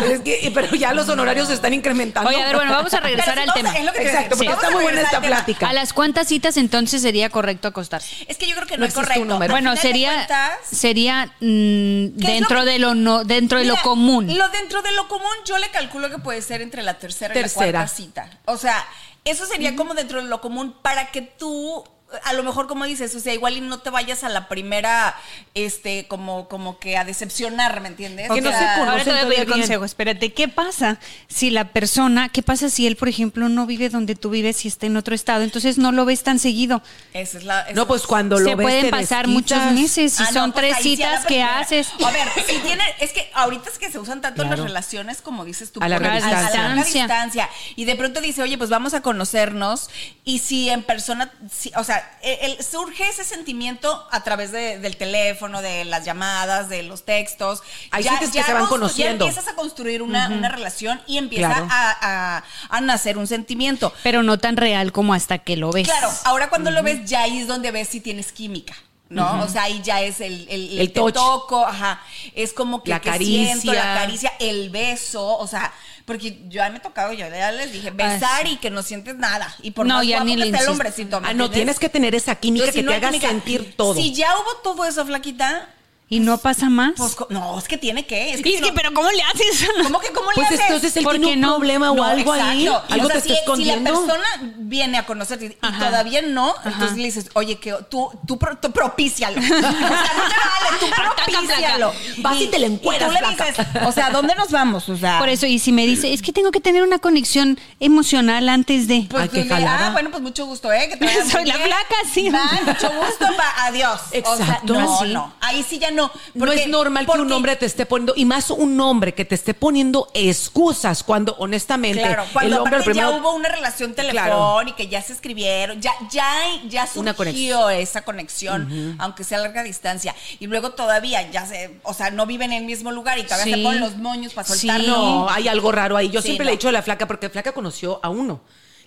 Speaker 2: Pero, es que- pero ya los honorarios se están incrementando.
Speaker 4: Oye, a ver, bueno, vamos a regresar
Speaker 3: Pero
Speaker 4: al
Speaker 3: vamos
Speaker 4: tema.
Speaker 3: a- es lo que te
Speaker 2: Exacto, porque
Speaker 3: decía, vamos
Speaker 2: está
Speaker 3: a
Speaker 2: muy buena
Speaker 3: regresar
Speaker 2: esta
Speaker 3: al tema.
Speaker 2: plática.
Speaker 4: ¿A las cuántas citas entonces sería correcto acostarse?
Speaker 3: Es que yo creo que no,
Speaker 2: No
Speaker 3: es
Speaker 2: existe un
Speaker 3: correcto.
Speaker 2: número.
Speaker 3: Al
Speaker 4: Bueno,
Speaker 3: final de
Speaker 4: sería
Speaker 3: cuentas-
Speaker 4: sería mm,
Speaker 3: ¿Qué es
Speaker 4: dentro
Speaker 3: lo que-
Speaker 4: de lo no dentro de lo
Speaker 3: Mira,
Speaker 4: común.
Speaker 3: Lo dentro de lo común, yo le calculo que puede ser entre la tercera, y la
Speaker 2: Tercera.
Speaker 3: cuarta cita. O sea, eso sería como dentro de lo común para que tú. A lo mejor como dices, o sea, igual y no te vayas a la primera, este, como, como que a decepcionar, ¿me entiendes?
Speaker 2: Que
Speaker 3: O
Speaker 2: no
Speaker 3: sea,
Speaker 2: se conocen
Speaker 4: Ahora te voy a pedir
Speaker 2: todavía bien.
Speaker 4: consejo. Espérate, ¿qué pasa si la persona, qué pasa si él, por ejemplo, no vive donde tú vives y está en otro estado? Entonces no lo ves tan seguido.
Speaker 3: esa es la- esa
Speaker 2: No,
Speaker 3: es-
Speaker 2: pues cuando lo
Speaker 4: Se
Speaker 2: ves,
Speaker 4: pueden
Speaker 2: te
Speaker 4: pasar
Speaker 2: desquitas.
Speaker 4: muchos meses y
Speaker 3: Ah, no,
Speaker 4: son
Speaker 3: pues
Speaker 4: tres
Speaker 3: ahí sí a la
Speaker 4: citas que
Speaker 3: primera.
Speaker 4: haces.
Speaker 3: A ver, si tiene, es que ahorita es que se usan tanto
Speaker 2: Claro.
Speaker 3: las relaciones, como dices tú,
Speaker 2: A larga
Speaker 3: por- a
Speaker 2: distancia.
Speaker 3: larga distancia. Y de pronto dice, oye, pues vamos a conocernos. Y si en persona, si- o sea, e, el- el- surge ese sentimiento a través de- del teléfono, de las llamadas, de los textos.
Speaker 2: Hay gentes que se van
Speaker 3: constru-
Speaker 2: conociendo.
Speaker 3: Ya empiezas a construir una, una relación y empieza
Speaker 2: Claro.
Speaker 3: a, a- a nacer un sentimiento.
Speaker 4: Pero no tan real como hasta que lo ves.
Speaker 3: Claro, ahora cuando lo ves, ya ahí es donde ves si tienes química. ¿No? O sea, ahí ya es el, el,
Speaker 2: El
Speaker 3: te
Speaker 2: touch.
Speaker 3: toco, ajá. Es como que
Speaker 2: La
Speaker 3: que siento, la
Speaker 2: caricia.
Speaker 3: caricia, el beso, o sea, porque yo ya me he tocado, yo ya les
Speaker 2: Ah,
Speaker 3: dije, besar y que no sientes nada. Y por
Speaker 4: No,
Speaker 3: más
Speaker 4: ya
Speaker 3: guapo
Speaker 4: ni
Speaker 3: que
Speaker 4: le
Speaker 3: esté el
Speaker 4: insistes.
Speaker 3: hombrecito, ¿me
Speaker 2: Ah, no,
Speaker 3: entiendes?
Speaker 2: tienes que tener esa química
Speaker 3: Entonces, si
Speaker 2: que
Speaker 3: no
Speaker 2: te
Speaker 3: hay
Speaker 2: haga
Speaker 3: química,
Speaker 2: sentir todo.
Speaker 3: Si ya hubo todo eso, flaquita,
Speaker 4: Y no pasa más.
Speaker 3: pues co- no, es que tiene que.
Speaker 4: Y
Speaker 3: Es
Speaker 4: es
Speaker 3: si
Speaker 4: que,
Speaker 3: no-
Speaker 4: pero ¿cómo le haces?
Speaker 3: ¿Cómo que cómo le
Speaker 2: Pues
Speaker 3: haces?
Speaker 2: entonces él
Speaker 4: ¿Por
Speaker 2: tiene
Speaker 4: qué
Speaker 2: un
Speaker 4: no?
Speaker 2: problema o
Speaker 3: No,
Speaker 2: algo ahí.
Speaker 3: exacto. Y,
Speaker 2: Algo
Speaker 3: o sea,
Speaker 2: te
Speaker 3: si-
Speaker 2: está escondiendo.
Speaker 3: Si la persona viene a conocerte y
Speaker 4: Ajá.
Speaker 3: todavía no,
Speaker 4: Ajá.
Speaker 3: entonces le dices, oye, que tú, tú, pro- tú propícialo. o sea, no te vale, tú
Speaker 4: Ataca, flaca.
Speaker 3: propícialo.
Speaker 2: Vas y te la encueras,
Speaker 3: Y tú le
Speaker 2: flaca.
Speaker 3: dices, o sea, ¿dónde nos vamos? O sea,
Speaker 4: Por eso, y si me dice, es que tengo que tener una conexión emocional antes de.
Speaker 3: pues
Speaker 2: Ay, qué
Speaker 3: dile,
Speaker 2: jalada.
Speaker 3: ah, bueno, pues mucho gusto, ¿eh? Que te vaya muy
Speaker 4: Soy la
Speaker 3: bien.
Speaker 4: flaca, sí.
Speaker 3: Va, mucho gusto, pa- adiós.
Speaker 2: Exacto.
Speaker 3: O sea, no,
Speaker 2: Ah, sí.
Speaker 3: no. Ahí sí ya no.
Speaker 2: no
Speaker 3: Porque-
Speaker 2: es normal que
Speaker 3: porque-
Speaker 2: un hombre te esté poniendo, y más un hombre que te esté poniendo excusas cuando honestamente
Speaker 3: Claro, cuando
Speaker 2: el hombre
Speaker 3: aparte
Speaker 2: lo primero
Speaker 3: ya hubo una relación
Speaker 2: Claro.
Speaker 3: telefónica, y ya se escribieron, ya, ya, ya surgió
Speaker 2: Una conexión.
Speaker 3: esa conexión, aunque sea a larga distancia. Y luego todavía ya se, o sea, no viven en el mismo lugar y todavía
Speaker 4: Sí.
Speaker 3: se ponen los moños para
Speaker 4: Sí.
Speaker 3: soltar.
Speaker 2: No, hay algo raro ahí. Yo
Speaker 3: Sí,
Speaker 2: siempre
Speaker 3: no.
Speaker 2: le he dicho a la flaca, porque flaca conoció a uno,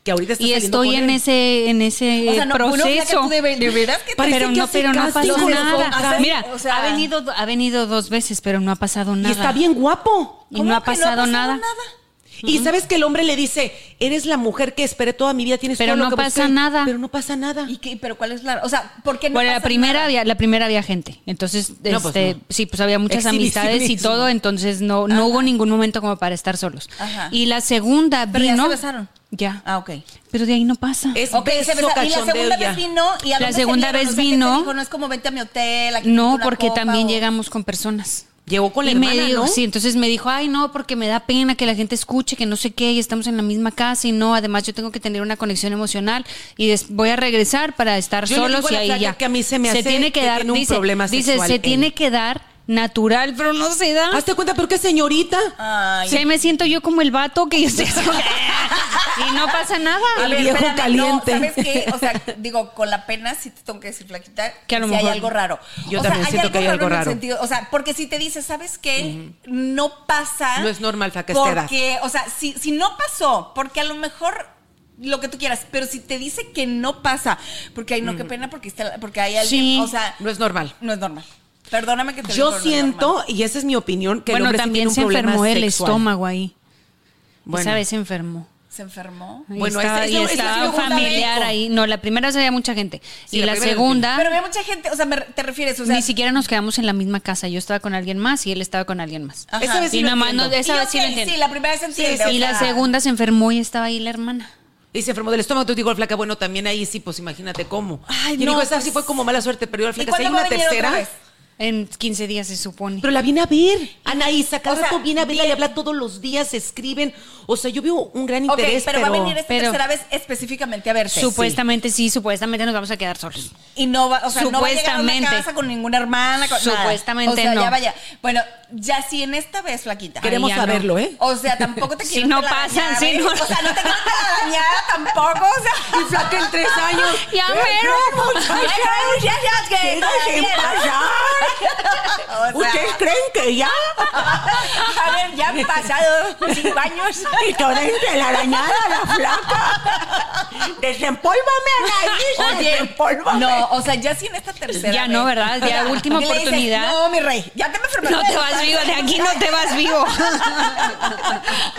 Speaker 2: que ahorita está
Speaker 4: y
Speaker 2: saliendo
Speaker 4: estoy
Speaker 2: con
Speaker 4: en
Speaker 2: él.
Speaker 4: ese, en ese
Speaker 3: O sea, no, bueno, mira que
Speaker 4: proceso.
Speaker 3: tú de ver- de veras que te-
Speaker 2: Parece
Speaker 4: pero
Speaker 2: que
Speaker 4: no,
Speaker 2: hace
Speaker 4: pero no ha
Speaker 2: casi
Speaker 4: pasado
Speaker 3: los
Speaker 4: nada.
Speaker 3: contras.
Speaker 4: Mira,
Speaker 3: O sea-
Speaker 4: ha venido, ha venido dos veces, pero no ha pasado nada.
Speaker 2: Y está bien guapo.
Speaker 4: Y no ha
Speaker 3: ¿Cómo que
Speaker 4: pasado nada.
Speaker 2: Y sabes que el hombre le dice, eres la mujer que esperé toda mi vida, tienes
Speaker 4: Pero
Speaker 2: todo lo
Speaker 4: no
Speaker 2: que
Speaker 4: pasa
Speaker 2: busqué".
Speaker 4: nada.
Speaker 2: Pero no pasa nada.
Speaker 3: ¿Y qué? ¿Pero cuál es la...? O sea, ¿por qué no
Speaker 4: bueno, la
Speaker 3: pasa
Speaker 4: primera,
Speaker 3: nada?
Speaker 4: había, la primera había gente. Entonces,
Speaker 2: No, pues,
Speaker 4: este,
Speaker 2: no.
Speaker 4: sí, pues había muchas amistades y
Speaker 2: Exhibicionismo.
Speaker 4: todo, entonces no, no hubo ningún momento como para estar solos.
Speaker 3: Ajá.
Speaker 4: Y la segunda
Speaker 3: ¿Pero ya
Speaker 4: vino.
Speaker 3: se besaron?
Speaker 4: Ya.
Speaker 3: Ah, ok.
Speaker 4: Pero de ahí no pasa.
Speaker 2: Es
Speaker 3: Ok, se
Speaker 2: beso,
Speaker 3: besa- y la
Speaker 2: cachondeo
Speaker 3: segunda
Speaker 2: ya.
Speaker 3: vez vino y a
Speaker 4: La
Speaker 3: dónde se
Speaker 4: segunda
Speaker 3: vieron?
Speaker 4: vez
Speaker 3: O sea, ¿qué te
Speaker 4: vino-
Speaker 3: dijo? no es como vente a mi hotel aquí
Speaker 4: No,
Speaker 3: una
Speaker 4: porque
Speaker 3: copa
Speaker 4: también
Speaker 3: o-
Speaker 4: llegamos con personas.
Speaker 2: Llegó con la
Speaker 4: y
Speaker 2: hermana,
Speaker 4: me dijo,
Speaker 2: ¿no?
Speaker 4: sí, entonces me dijo, ay, no, porque me da pena que la gente escuche, que no sé qué, y estamos en la misma casa, y no, además yo tengo que tener una conexión emocional, y des- voy a regresar para estar
Speaker 2: Yo le
Speaker 4: solos
Speaker 2: digo a
Speaker 4: y
Speaker 2: la
Speaker 4: ahí
Speaker 2: flaca
Speaker 4: ya.
Speaker 2: que a mí se me hace
Speaker 4: tiene que,
Speaker 2: que
Speaker 4: dar,
Speaker 2: tiene un
Speaker 4: dice,
Speaker 2: problema
Speaker 4: dice,
Speaker 2: sexual
Speaker 4: se
Speaker 2: él.
Speaker 4: tiene que dar natural, pero no se da.
Speaker 2: Hazte cuenta, pero qué señorita.
Speaker 3: Ay,
Speaker 4: Sí, ahí me siento yo como el vato que yo estoy así, y no pasa nada.
Speaker 3: A
Speaker 2: Al
Speaker 3: ver,
Speaker 2: viejo
Speaker 3: espérame,
Speaker 2: caliente.
Speaker 3: No, ¿Sabes qué? O sea, digo, con la pena sí te tengo que decir, flaquita,
Speaker 4: Que a lo
Speaker 3: si
Speaker 4: mejor-
Speaker 3: hay algo raro.
Speaker 2: Yo
Speaker 3: o
Speaker 2: también
Speaker 3: sea,
Speaker 2: siento que hay
Speaker 3: raro
Speaker 2: algo
Speaker 3: en el
Speaker 2: raro.
Speaker 3: sentido- o sea, porque si te dices, ¿sabes qué? No pasa.
Speaker 2: No es normal, flaca, esta edad.
Speaker 3: Porque, o sea, si, si no pasó, porque a lo mejor lo que tú quieras, pero si te dice que no pasa, porque hay no, qué pena, porque, está, porque hay alguien,
Speaker 4: Sí.
Speaker 3: o sea,
Speaker 2: No es normal.
Speaker 3: no es normal. Perdóname que te lo diga,
Speaker 2: Yo
Speaker 3: pero no es normal.
Speaker 2: siento, y esa es mi opinión, que el
Speaker 4: bueno,
Speaker 2: hombre sí tiene
Speaker 4: también
Speaker 2: un
Speaker 4: se
Speaker 2: problema
Speaker 4: enfermó el
Speaker 2: sexual.
Speaker 4: estómago ahí.
Speaker 2: Bueno.
Speaker 4: Esa vez se enfermó.
Speaker 3: Se enfermó.
Speaker 4: Y
Speaker 2: Bueno,
Speaker 4: estaba,
Speaker 2: esa-
Speaker 4: y
Speaker 2: esa- esa es
Speaker 4: estaba un
Speaker 2: mi segunda
Speaker 4: familiar
Speaker 2: vez.
Speaker 4: ahí. No, la primera vez había mucha gente.
Speaker 2: Sí,
Speaker 4: y
Speaker 2: la
Speaker 4: la,
Speaker 2: primera vez
Speaker 4: segunda,
Speaker 3: Pero había mucha gente, o sea, me re- te refieres, o sea,
Speaker 4: ni siquiera nos quedamos en la misma casa. Yo estaba con alguien más y él estaba con alguien más.
Speaker 3: Ajá.
Speaker 2: Esa vez sí
Speaker 4: y
Speaker 2: lo
Speaker 4: nada más,
Speaker 2: entiendo.
Speaker 4: no- esa
Speaker 3: Y
Speaker 4: vez sí lo
Speaker 3: ok,
Speaker 4: entiendo.
Speaker 3: sí, la primera vez se entiende,
Speaker 4: y
Speaker 3: o
Speaker 4: la
Speaker 3: sea.
Speaker 4: segunda se enfermó y estaba ahí la hermana.
Speaker 2: Y se enfermó del estómago. Entonces digo al flaca, bueno, también ahí sí, pues imagínate cómo.
Speaker 3: Ay,
Speaker 2: yo
Speaker 3: no,
Speaker 2: digo, esa
Speaker 3: pues-
Speaker 2: sí fue como mala suerte, pero yo al
Speaker 3: ¿Y
Speaker 2: flaca, si hay
Speaker 3: cuándo va a
Speaker 2: una
Speaker 3: venir otra
Speaker 2: tercera.
Speaker 3: vez?
Speaker 4: En 15 días se supone.
Speaker 2: Pero la viene a ver. Anaísa, cada
Speaker 3: O sea,
Speaker 2: rato viene a verla, le habla todos los días, se escriben. O sea, yo veo un gran
Speaker 3: Ok,
Speaker 2: interés,
Speaker 3: pero, va a venir este esta
Speaker 4: pero-
Speaker 3: tercera vez específicamente a verte.
Speaker 4: supuestamente sí, supuestamente nos vamos a quedar solos.
Speaker 3: Y no va, o sea, no va a llegar a una
Speaker 4: Supuestamente.
Speaker 3: casa con ninguna hermana, con nada.
Speaker 4: Supuestamente
Speaker 3: O sea,
Speaker 4: no.
Speaker 3: ya vaya. Bueno, ya si en esta vez, flaquita.
Speaker 2: Queremos
Speaker 4: Ay, ya no.
Speaker 2: saberlo, ¿eh?
Speaker 3: O sea, tampoco te
Speaker 4: Si
Speaker 3: quiero
Speaker 4: no
Speaker 3: te la
Speaker 4: pasan,
Speaker 3: dañar,
Speaker 4: si
Speaker 3: ¿eh?
Speaker 4: no-
Speaker 3: O sea, no te quiero te la dañada tampoco, o sea.
Speaker 2: Y flaca en tres años.
Speaker 4: Ya,
Speaker 2: Eh,
Speaker 4: pero-
Speaker 2: no, muchachos,
Speaker 3: Ay, no, ya, ya, que
Speaker 2: ¿qué dejen
Speaker 3: todavía no.
Speaker 2: pasar?
Speaker 3: O sea,
Speaker 2: ¿Ustedes creen que ya?
Speaker 3: A ver, ya han pasado cinco años.
Speaker 2: Y toda entelarañada la flaca.
Speaker 6: Desempólvame a Anaís, desempólvame.
Speaker 3: no, o sea, ya sí en esta tercera.
Speaker 4: Ya
Speaker 3: vez.
Speaker 4: no, ¿verdad? Ya última
Speaker 3: Y le dices,
Speaker 4: oportunidad.
Speaker 3: Ah, no, mi rey, ya te me enfermaste.
Speaker 4: No te vas vivo, de aquí no te vas vivo.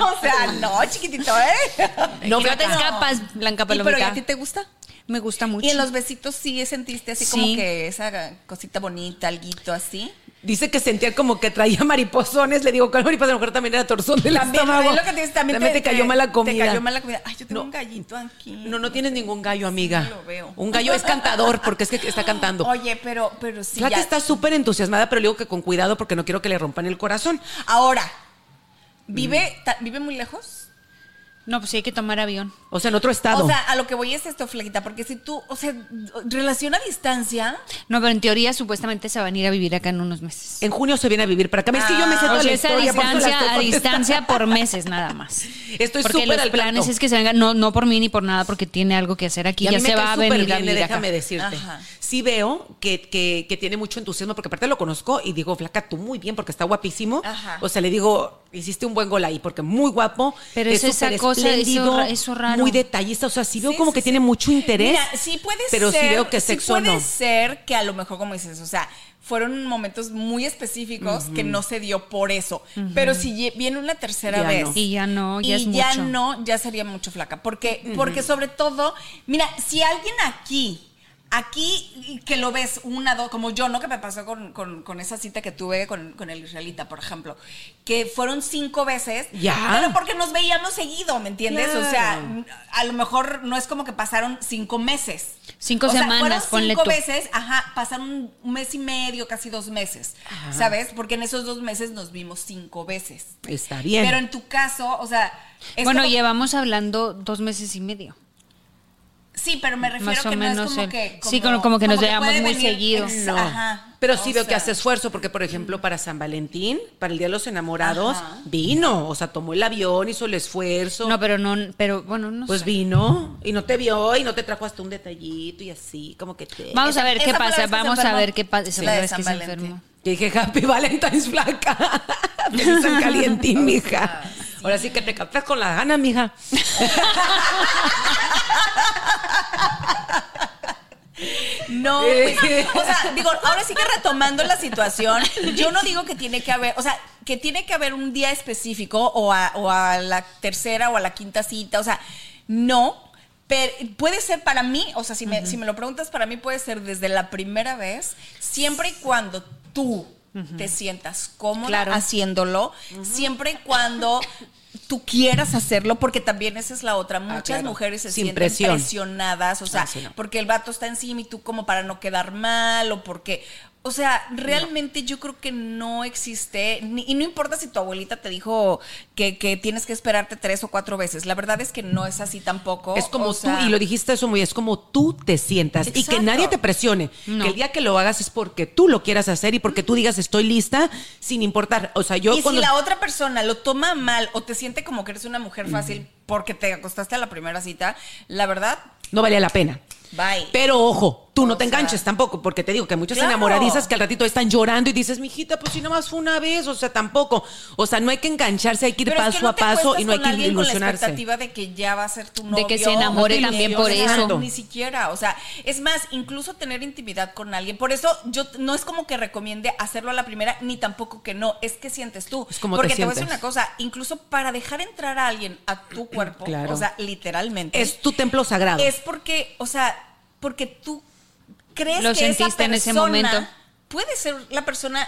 Speaker 3: O sea, no, chiquitito, ¿eh?
Speaker 4: No, pero te escapas, Blanca
Speaker 3: ¿Y, ¿Pero ¿y
Speaker 4: Palomita.
Speaker 3: a ti te gusta?
Speaker 4: Me gusta mucho.
Speaker 3: Y en los besitos sí sentiste así
Speaker 4: Sí.
Speaker 3: como que esa cosita bonita, alguito así.
Speaker 2: Dice que sentía como que traía mariposones. Le digo, ¿cuál mariposa? A lo mejor también era torzón del
Speaker 3: También,
Speaker 2: estómago.
Speaker 3: es lo que te, también
Speaker 2: También te, cayó mala comida.
Speaker 3: Te cayó mala comida. Ay, yo tengo
Speaker 2: No.
Speaker 3: un gallito aquí.
Speaker 2: No, no tienes ningún gallo, amiga.
Speaker 3: lo veo.
Speaker 2: Un gallo es cantador porque es que está cantando.
Speaker 3: Oye, pero, pero sí.
Speaker 2: Plata
Speaker 3: ya-
Speaker 2: está súper entusiasmada, pero le digo que con cuidado porque no quiero que le rompan el corazón.
Speaker 3: Ahora, ¿vive,
Speaker 2: Mm.
Speaker 3: ta- ¿vive muy lejos?
Speaker 4: No, pues sí hay que tomar avión.
Speaker 2: O sea, en otro estado.
Speaker 3: O sea, a lo que voy es esto, Flaquita, porque si tú, o sea, relación a distancia.
Speaker 4: No, pero en teoría supuestamente se van a ir a vivir acá en unos meses.
Speaker 2: en junio se viene a vivir para acá. Es que yo me sé
Speaker 3: Ah,
Speaker 2: toda
Speaker 4: O
Speaker 2: la
Speaker 4: sea, es a
Speaker 2: historia, por eso la estoy
Speaker 4: distancia, a
Speaker 2: contestando.
Speaker 4: distancia por meses nada más.
Speaker 2: Estoy
Speaker 4: porque
Speaker 2: súper
Speaker 4: los
Speaker 2: al
Speaker 4: planes
Speaker 2: tanto.
Speaker 4: es que se venga, no, no por mí ni por nada, porque tiene algo que hacer aquí.
Speaker 2: Y a
Speaker 4: ya
Speaker 2: mí me
Speaker 4: se va
Speaker 2: cae
Speaker 4: a
Speaker 2: súper
Speaker 4: venir a
Speaker 2: bien, eh,
Speaker 4: vivir acá.
Speaker 2: déjame decirte.
Speaker 3: Ajá.
Speaker 2: Sí veo que, que- que tiene mucho entusiasmo, porque aparte lo conozco y digo, flaca, tú muy bien, porque está guapísimo.
Speaker 3: Ajá.
Speaker 2: O sea, le digo, hiciste un buen gol ahí, porque muy guapo.
Speaker 4: Pero es esa
Speaker 2: súper
Speaker 4: cosa, eso
Speaker 2: espléndido,
Speaker 4: ra- eso raro.
Speaker 2: Muy detallista, o sea, sí veo
Speaker 3: Sí,
Speaker 2: como
Speaker 3: sí,
Speaker 2: que
Speaker 3: sí.
Speaker 2: tiene mucho interés.
Speaker 3: Mira, sí puede
Speaker 2: pero
Speaker 3: ser.
Speaker 2: sí veo que
Speaker 3: sí
Speaker 2: sexo
Speaker 3: puede
Speaker 2: no.
Speaker 3: ser que a lo mejor, como dices, o sea, fueron momentos muy específicos que no se dio por eso. Pero si ye- viene una tercera
Speaker 2: Ya
Speaker 3: vez.
Speaker 2: no.
Speaker 4: Y ya no, ya
Speaker 3: y
Speaker 4: es
Speaker 3: ya
Speaker 4: mucho.
Speaker 3: no, ya sería mucho flaca. Porque, porque sobre todo, mira, si alguien aquí. Aquí que lo ves una, dos, como yo, ¿no? Que me pasó con, con- con esa cita que tuve con, con el israelita, por ejemplo, que fueron cinco veces.
Speaker 2: Ya.
Speaker 3: Pero porque nos veíamos seguido, ¿me entiendes? O sea,
Speaker 2: Claro.
Speaker 3: a lo mejor no es como que pasaron cinco meses.
Speaker 4: Cinco
Speaker 3: O sea,
Speaker 4: semanas,
Speaker 3: fueron
Speaker 4: ponle
Speaker 3: cinco
Speaker 4: tú.
Speaker 3: veces, ajá, pasaron un mes y medio, casi dos meses, ¿sabes? Porque en esos dos meses nos vimos cinco veces.
Speaker 2: Está bien.
Speaker 3: Pero en tu caso, o sea... es
Speaker 4: Bueno,
Speaker 3: como-
Speaker 4: llevamos hablando dos meses y medio.
Speaker 3: Sí, pero me refiero
Speaker 4: más o
Speaker 3: que no es
Speaker 4: menos
Speaker 3: como
Speaker 4: el-
Speaker 3: que...
Speaker 4: sí, como- como que nos veamos
Speaker 3: puede
Speaker 4: muy
Speaker 3: venir-
Speaker 4: seguido.
Speaker 3: ex-
Speaker 2: No.
Speaker 3: ajá.
Speaker 2: Pero sí
Speaker 3: O
Speaker 2: veo que
Speaker 3: sea,
Speaker 2: hace esfuerzo, porque por ejemplo, para San Valentín, para el Día de los Enamorados,
Speaker 3: Ajá.
Speaker 2: vino. O sea, tomó el avión, hizo el esfuerzo.
Speaker 4: No, pero no, pero bueno, no
Speaker 2: pues
Speaker 4: sé.
Speaker 2: vino y no te vio y no te trajo hasta un detallito y así, como que te.
Speaker 4: Vamos a ver
Speaker 3: esa
Speaker 4: qué
Speaker 3: fue la
Speaker 4: pasa,
Speaker 3: vez que se
Speaker 4: vamos a
Speaker 3: enfermó.
Speaker 4: ver qué pasa.
Speaker 3: Sí,
Speaker 4: Esa
Speaker 3: la de
Speaker 4: vez que
Speaker 3: San
Speaker 4: se
Speaker 3: Valentín.
Speaker 4: enfermó.
Speaker 2: Que dije, Happy Valentine's flaca. Feliz San Calientín, mija. Ahora sí que te captas con las ganas,
Speaker 4: Ah,
Speaker 2: mija.
Speaker 3: No,
Speaker 2: Eh.
Speaker 3: pues, o sea, digo, ahora sí que retomando la situación, yo no digo que tiene que haber, o sea, que tiene que haber un día específico o a, o a la tercera o a la quinta cita, o sea, no. Pero puede ser para mí, o sea, si me, si me lo preguntas, para mí puede ser desde la primera vez, siempre y cuando tú te sientas cómoda
Speaker 4: Claro.
Speaker 3: haciéndolo, siempre y cuando tú quieras hacerlo, porque también esa es la otra. Muchas
Speaker 2: Ah, claro.
Speaker 3: mujeres se
Speaker 2: Sin
Speaker 3: sienten
Speaker 2: presión.
Speaker 3: presionadas, o sea,
Speaker 2: Ah, sí, no.
Speaker 3: porque el vato está encima y tú como para no quedar mal o porque... O sea, realmente yo creo que no existe, ni- y no importa si tu abuelita te dijo que, que tienes que esperarte tres o cuatro veces, la verdad es que no es así tampoco.
Speaker 2: Es como
Speaker 3: o sea,
Speaker 2: tú, y lo dijiste eso muy, es como tú te sientas y que
Speaker 3: Exacto.
Speaker 2: nadie te presione.
Speaker 4: No.
Speaker 2: Que el día que lo hagas es porque tú lo quieras hacer y porque tú digas estoy lista, sin importar. O sea, yo
Speaker 3: Mm. y
Speaker 2: cuando.
Speaker 3: si la otra persona lo toma mal o te siente como que eres una mujer fácil porque te acostaste a la primera cita, la verdad,
Speaker 2: No valía la pena.
Speaker 3: bye.
Speaker 2: Pero ojo, tú no
Speaker 3: O
Speaker 2: te
Speaker 3: sea-
Speaker 2: enganches tampoco, porque te digo que hay muchas
Speaker 3: Claro.
Speaker 2: enamoradizas que al ratito están llorando y dices, mijita, pues si nada más fue una vez, o sea, tampoco. O sea, no hay que engancharse, hay que ir
Speaker 3: Pero es
Speaker 2: paso
Speaker 3: que no
Speaker 2: a
Speaker 3: te
Speaker 2: paso
Speaker 3: acuestas
Speaker 2: y no hay
Speaker 3: con
Speaker 2: que
Speaker 3: alguien
Speaker 2: ilusionarse.
Speaker 3: Con la expectativa de que ya va a ser tu novio.
Speaker 4: De que se enamore
Speaker 3: o no te
Speaker 4: también por
Speaker 3: ilusionas,
Speaker 4: eso.
Speaker 3: Ni siquiera, o sea, es más, incluso tener intimidad con alguien. Por eso yo t- no es como que recomiende hacerlo a la primera, ni tampoco que no. Es que sientes tú.
Speaker 2: Es como te
Speaker 3: Porque te, voy a decir
Speaker 2: sientes. Mm,
Speaker 3: una cosa, incluso para dejar entrar a alguien a tu cuerpo,
Speaker 2: Claro.
Speaker 3: o sea, literalmente.
Speaker 2: Es tu templo sagrado.
Speaker 3: Es porque, o sea, porque tú crees
Speaker 4: Lo
Speaker 3: que esa
Speaker 4: sentiste en ese
Speaker 3: persona
Speaker 4: momento.
Speaker 3: Puede ser la persona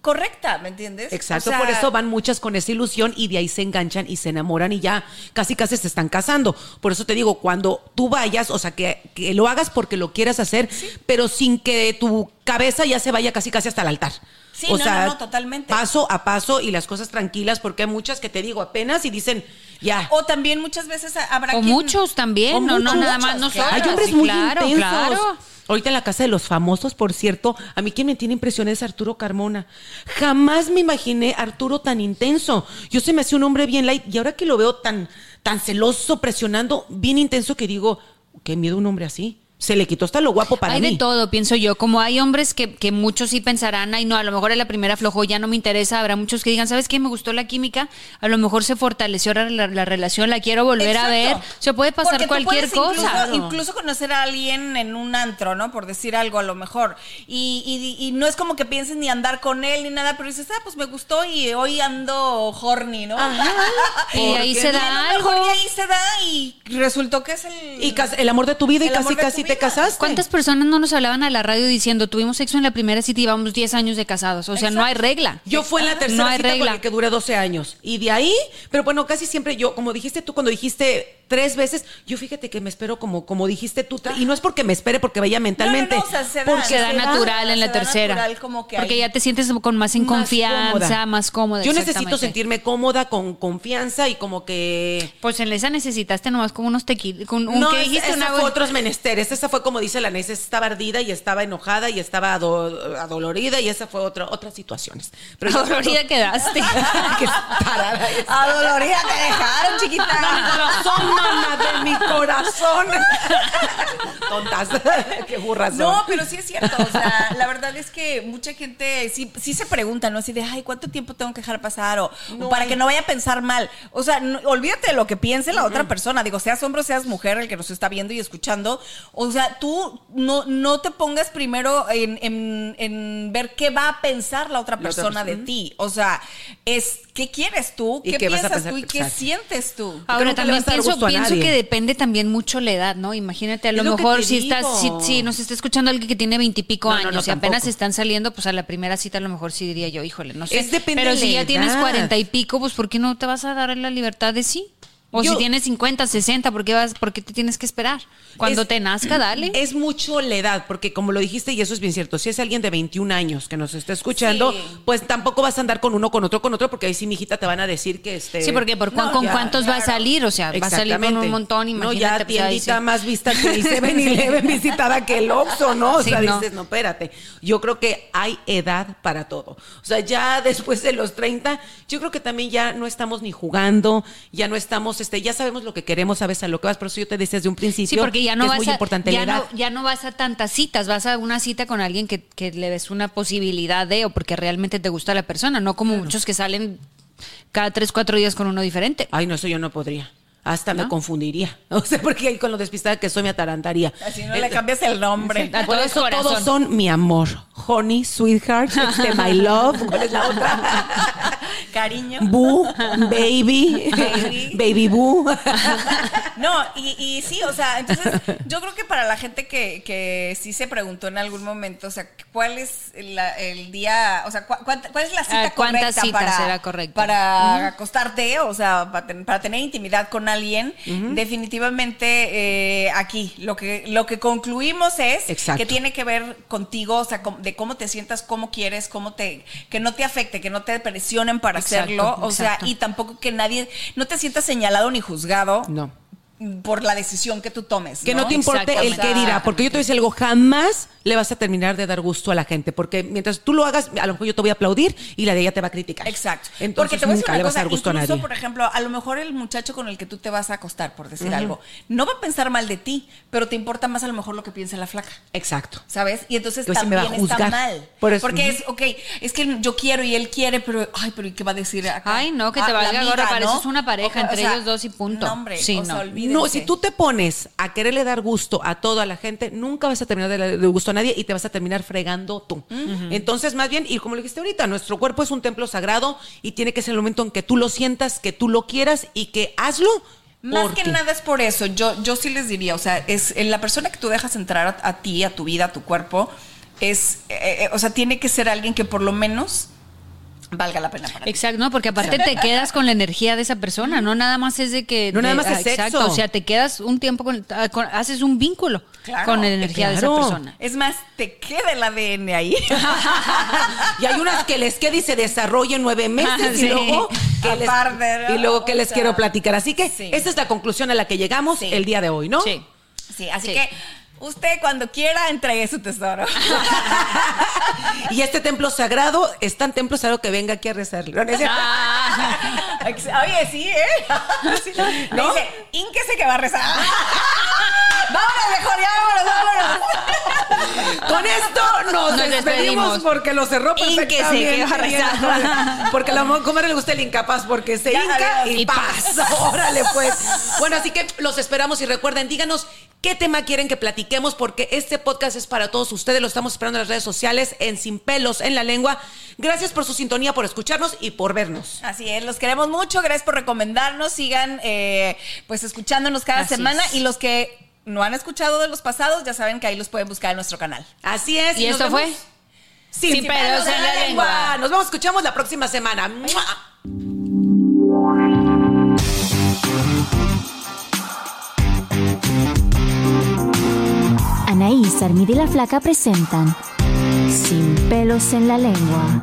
Speaker 3: correcta, ¿me entiendes?
Speaker 2: Exacto,
Speaker 3: O sea,
Speaker 2: por eso van muchas con esa ilusión y de ahí se enganchan y se enamoran y ya casi casi se están casando. Por eso te digo, cuando tú vayas, o sea, que, que lo hagas porque lo quieras hacer, pero sin que tu cabeza ya se vaya casi casi hasta el altar.
Speaker 3: Sí,
Speaker 2: o
Speaker 3: no,
Speaker 2: sea,
Speaker 3: no, no, totalmente.
Speaker 2: Paso a paso y las cosas tranquilas, porque hay muchas que te digo apenas y dicen, ya.
Speaker 3: O también muchas veces ha- habrá
Speaker 4: O
Speaker 3: quien-
Speaker 4: muchos también,
Speaker 3: O
Speaker 4: Eh, no, no,
Speaker 3: muchos,
Speaker 4: nada más
Speaker 3: muchos,
Speaker 4: nosotros.
Speaker 3: claro.
Speaker 2: Hay hombres
Speaker 4: sí,
Speaker 2: muy
Speaker 4: claro,
Speaker 2: intensos.
Speaker 4: claro.
Speaker 2: Ahorita en la casa de los famosos, por cierto, a mí quien me tiene impresión es Arturo Carmona. Jamás me imaginé a Arturo tan intenso. Yo se me hacía un hombre bien light y ahora que lo veo tan, tan celoso, presionando, bien intenso que digo, qué miedo un hombre así. se le quitó hasta lo guapo para
Speaker 4: hay
Speaker 2: mí.
Speaker 4: de todo, pienso yo. Como hay hombres que, que muchos sí pensarán, ay, no, a lo mejor es la primera flojo, ya no me interesa. Habrá muchos que digan, ¿sabes qué? Me gustó la química, a lo mejor se fortaleció la, la- la relación, la quiero volver a ver.
Speaker 3: Exacto.
Speaker 4: Se puede pasar
Speaker 3: Porque tú
Speaker 4: cualquier
Speaker 3: puedes incluso-
Speaker 4: cosa.
Speaker 3: Incluso, conocer a alguien en un antro, ¿no? Por decir algo a lo mejor. Y, y- y no es como que pienses ni andar con él ni nada, pero dices, ah, pues me gustó y hoy ando horny, ¿no?
Speaker 4: Y ahí
Speaker 3: Porque
Speaker 4: se da
Speaker 3: bien, a lo mejor
Speaker 4: algo.
Speaker 3: Y ahí se da y resultó que es el...
Speaker 2: Y cas- el amor de tu vida y
Speaker 3: El
Speaker 2: casi
Speaker 3: amor de tu
Speaker 2: casi te
Speaker 3: vida.
Speaker 2: casaste.
Speaker 4: ¿Cuántas personas no nos hablaban a la radio diciendo, tuvimos sexo en la primera cita y llevamos 10 años de casados? O sea, no hay regla.
Speaker 2: Yo fui en la tercera
Speaker 4: Ah, No hay
Speaker 2: cita con
Speaker 4: regla.
Speaker 2: el que duré 12 años. Y de ahí, pero bueno, casi siempre yo, como dijiste tú, cuando dijiste tres veces, yo fíjate que me espero como, como dijiste tú. tre- Y no es porque me espere, porque vaya mentalmente.
Speaker 3: no, o sea, se da,
Speaker 2: porque
Speaker 4: Se da
Speaker 3: Se da-
Speaker 4: natural en la
Speaker 3: se da
Speaker 4: tercera.
Speaker 3: natural como que
Speaker 4: porque
Speaker 3: ahí.
Speaker 4: ya te sientes con más en
Speaker 2: más
Speaker 4: confianza,
Speaker 2: cómoda.
Speaker 4: más cómoda.
Speaker 2: Yo necesito
Speaker 4: exactamente.
Speaker 2: sentirme cómoda, con confianza y como que...
Speaker 4: Pues en esa necesitaste nomás como unos tequilas. Con un,
Speaker 2: no,
Speaker 4: ¿qué
Speaker 2: es-
Speaker 4: dijiste?
Speaker 2: esa
Speaker 4: Una
Speaker 2: fue
Speaker 4: bol-
Speaker 2: otros menesteres. Esa fue como dice la Ness, estaba ardida y estaba enojada y estaba ado- adolorida y esa fue otra, otras situaciones. Pero yo-
Speaker 4: Dolorida quedaste.
Speaker 2: Qué tarada es.
Speaker 3: Adolorida te dejaron, chiquita.
Speaker 2: corazón, mamá, de mi corazón. Tontas. Qué burras son.
Speaker 3: No, pero sí es cierto. O sea, la verdad es que mucha gente sí, sí se pregunta, ¿no? Así de, ay, ¿cuánto tiempo tengo que dejar pasar? O o para que no vaya a pensar mal. O sea, no- olvídate de lo que piense la otra persona. Digo, seas hombre o seas mujer, el que nos está viendo y escuchando. O sea, tú no, no te pongas primero en, en- en ver qué va a pensar la otra persona de ti. O sea, es qué quieres tú,
Speaker 2: ¿Y
Speaker 3: qué,
Speaker 2: qué vas a
Speaker 3: piensas
Speaker 2: pensar?
Speaker 3: tú y qué
Speaker 2: Exacto. Ah,
Speaker 3: sientes tú.
Speaker 2: Creo
Speaker 4: Ahora
Speaker 2: que le
Speaker 4: también
Speaker 2: vas a dar
Speaker 4: pienso,
Speaker 2: gusto a
Speaker 4: pienso
Speaker 2: nadie.
Speaker 4: que depende también mucho la edad, ¿no? Imagínate, a
Speaker 2: Es
Speaker 4: lo,
Speaker 2: lo que
Speaker 4: mejor
Speaker 2: te
Speaker 4: si estás, si,
Speaker 2: digo.
Speaker 4: si nos está escuchando alguien que tiene veintipico
Speaker 2: No, no, no,
Speaker 4: años y apenas
Speaker 2: tampoco.
Speaker 4: están saliendo, pues a la primera cita a lo mejor sí diría yo, híjole, no sé.
Speaker 2: Es depende
Speaker 4: Pero
Speaker 2: de
Speaker 4: si
Speaker 2: la
Speaker 4: ya tienes
Speaker 2: edad.
Speaker 4: cuarenta y pico, pues ¿por qué no te vas a dar la libertad de sí? O
Speaker 2: Yo-
Speaker 4: si tienes 50, 60, ¿por qué, vas, ¿por qué te tienes que esperar? Cuando
Speaker 2: Es-
Speaker 4: te nazca, dale.
Speaker 2: Es mucho la edad, porque como lo dijiste, y eso es bien cierto, si es alguien de 21 años que nos está escuchando, pues tampoco vas a andar con uno, con otro, con otro, porque ahí sí, mijita, te van a decir que este.
Speaker 4: Sí, porque por cuán-
Speaker 2: No,
Speaker 4: con
Speaker 2: ya,
Speaker 4: cuántos va a
Speaker 2: claro.
Speaker 4: salir, o sea, va a salir con
Speaker 2: Exactamente.
Speaker 4: un montón, imagínate.
Speaker 2: No, ya
Speaker 4: pues, ahí
Speaker 2: tiendita
Speaker 4: sí.
Speaker 2: más vista que el 7-Eleven visitada que el Oxxo, ¿no? O
Speaker 4: Sí,
Speaker 2: sea,
Speaker 4: no.
Speaker 2: dices, no, espérate. Yo creo que hay edad para todo. O sea, ya después de los 30, yo creo que también ya no estamos ni jugando, ya no estamos, este, ya sabemos lo que queremos, sabes a lo que vas, por eso yo te decía desde un principio
Speaker 4: Sí, porque ya no
Speaker 2: que
Speaker 4: vas
Speaker 2: es muy
Speaker 4: a,
Speaker 2: importante
Speaker 4: ya
Speaker 2: la edad.
Speaker 4: no, ya no vas a tantas citas, vas a una cita con alguien que, que le ves una posibilidad de o porque realmente te gusta la persona, no como muchos que salen cada tres, cuatro días con uno diferente.
Speaker 2: Ay, no, eso yo no podría. Hasta me
Speaker 4: ¿No?
Speaker 2: confundiría. O sea, porque ahí con lo despistada que soy me atarantaría. Eh,
Speaker 3: Así no le cambias el nombre.
Speaker 4: A
Speaker 2: Por
Speaker 4: todo
Speaker 2: eso
Speaker 4: corazón.
Speaker 2: todos son mi amor. Honey, sweetheart, este, my love. ¿Cuál es la otra?
Speaker 3: Cariño.
Speaker 2: Boo, baby,
Speaker 3: Baby.
Speaker 2: baby boo.
Speaker 3: No, y, y sí, o sea, entonces yo creo que para la gente que, que sí se preguntó en algún momento, o sea, ¿cuál es la- el día, o sea, cua- cuánta- cuál es la cita
Speaker 4: Ah, ¿cuántas
Speaker 3: correcta
Speaker 4: citas
Speaker 3: para,
Speaker 4: será correcta?
Speaker 3: para acostarte, o sea, para, ten- para tener intimidad con alguien? Definitivamente eh, aquí lo que lo que concluimos es
Speaker 2: Exacto.
Speaker 3: que tiene que ver contigo, o sea, com- de cómo te sientas, cómo quieres, cómo te que no te afecte, que no te presionen para
Speaker 4: Exacto,
Speaker 3: hacerlo, o
Speaker 4: exacto.
Speaker 3: sea, y tampoco que nadie no te sientas señalado ni juzgado
Speaker 2: No.
Speaker 3: por la decisión que tú tomes.
Speaker 2: Que no, te importe el
Speaker 3: Exactamente.
Speaker 2: que dirá, porque yo te voy a decir algo, jamás le vas a terminar de dar gusto a la gente, porque mientras tú lo hagas, a lo mejor yo te voy a aplaudir y la de ella te va a criticar.
Speaker 3: Exacto.
Speaker 2: Entonces,
Speaker 3: Porque te voy a decir
Speaker 2: nunca
Speaker 3: una
Speaker 2: le vas a
Speaker 3: cosa,
Speaker 2: dar gusto a
Speaker 3: incluso,
Speaker 2: nadie.
Speaker 3: por ejemplo, a lo mejor el muchacho con el que tú te vas a acostar, por decir algo, no va a pensar mal de ti, pero te importa más a lo mejor lo que piensa la flaca.
Speaker 2: Exacto.
Speaker 3: ¿Sabes? Y entonces
Speaker 2: Yo Pues sí me
Speaker 3: también
Speaker 2: va a
Speaker 3: está
Speaker 2: juzgar.
Speaker 3: mal.
Speaker 2: Por eso-
Speaker 3: porque
Speaker 2: Ujú.
Speaker 3: es, ok, es que yo quiero y él quiere, pero, ay, pero ¿y qué va a decir acá?
Speaker 4: Ay, no, que te
Speaker 3: Ah, la
Speaker 4: valga
Speaker 3: amiga,
Speaker 4: gorra,
Speaker 3: ¿no?
Speaker 4: pareces una pareja entre ellos dos y punto.
Speaker 3: No, hombre,
Speaker 4: Sí,
Speaker 3: o sea,
Speaker 4: no.
Speaker 3: olvídense.
Speaker 2: No, si tú te pones a quererle dar gusto a toda la gente, nunca vas a terminar de darle gusto a nadie y te vas a terminar fregando tú. Entonces, más bien, y como lo dijiste ahorita, nuestro cuerpo es un templo sagrado y tiene que ser el momento en que tú lo sientas, que tú lo quieras y que hazlo.
Speaker 3: Más
Speaker 2: por
Speaker 3: que
Speaker 2: ti.
Speaker 3: nada es por eso. Yo, yo sí les diría, o sea, es en la persona que tú dejas entrar a, a ti, a tu vida, a tu cuerpo, es, eh, eh, o sea, tiene que ser alguien que por lo menos valga la pena para ti.
Speaker 4: Exacto, no, porque aparte te quedas con la energía de esa persona, no nada más es de que...
Speaker 2: No
Speaker 4: de-
Speaker 2: nada más
Speaker 4: ah,
Speaker 2: es sexo.
Speaker 4: Exacto, o sea, te quedas un tiempo con, ah, con- haces un vínculo
Speaker 3: Claro,
Speaker 4: con la energía de
Speaker 2: claro.
Speaker 4: esa persona.
Speaker 3: Es más, te queda el ADN ahí.
Speaker 2: Y hay unas que les queda y se desarrolla en nueve meses
Speaker 4: Sí.
Speaker 2: y luego que les,
Speaker 3: Aparte, ¿no?
Speaker 2: y luego que
Speaker 3: O
Speaker 2: les
Speaker 3: sea,
Speaker 2: quiero platicar. Así que
Speaker 3: sí.
Speaker 2: esta es la conclusión a la que llegamos
Speaker 3: Sí.
Speaker 2: el día de hoy, ¿no?
Speaker 4: Sí.
Speaker 3: Sí, así
Speaker 4: Sí.
Speaker 3: que usted cuando quiera entregue su tesoro.
Speaker 2: Y este templo sagrado es tan templo sagrado que venga aquí a rezarle. No, no es cierto.
Speaker 3: Ah, Oye, sí, ¿eh? Sí. Le
Speaker 2: ¿No?
Speaker 3: Dice, "Ínquese que va a rezar. vámonos mejor, ya vámonos, vámonos.
Speaker 2: Con esto nos,
Speaker 4: Nos
Speaker 2: despedimos,
Speaker 4: despedimos.
Speaker 2: porque lo cerró
Speaker 7: Y que se
Speaker 2: perfectamente.
Speaker 7: quedó
Speaker 2: bien,
Speaker 7: rezando.
Speaker 2: Jorge. porque a la comadre le gusta el incapaz, porque se
Speaker 3: Ya,
Speaker 2: hinca
Speaker 3: adiós.
Speaker 2: y,
Speaker 4: Y
Speaker 2: paz. Órale, pues. Bueno, así que los esperamos y recuerden, díganos qué tema quieren que platiquemos, porque este podcast es para todos ustedes. Lo estamos esperando en las redes sociales, en Sin Pelos, en la Lengua. Gracias por su sintonía, por escucharnos y por vernos.
Speaker 3: Así es, los queremos mucho, gracias por recomendarnos, sigan eh, pues escuchándonos cada
Speaker 4: Así
Speaker 3: semana
Speaker 4: es.
Speaker 3: y los que no han escuchado de los pasados, ya saben que ahí los pueden buscar en nuestro canal.
Speaker 2: Así es.
Speaker 4: Y
Speaker 2: nos
Speaker 4: esto
Speaker 2: vemos
Speaker 4: fue
Speaker 2: Sin,
Speaker 4: Sin
Speaker 2: Pelos
Speaker 4: Pelos
Speaker 2: en
Speaker 4: en
Speaker 2: la
Speaker 4: la
Speaker 2: Lengua.
Speaker 4: Lengua.
Speaker 2: Nos vemos, escuchamos la próxima semana. ¡Mua!
Speaker 1: Anaís, Armida y la Flaca presentan Sin pelos en la lengua.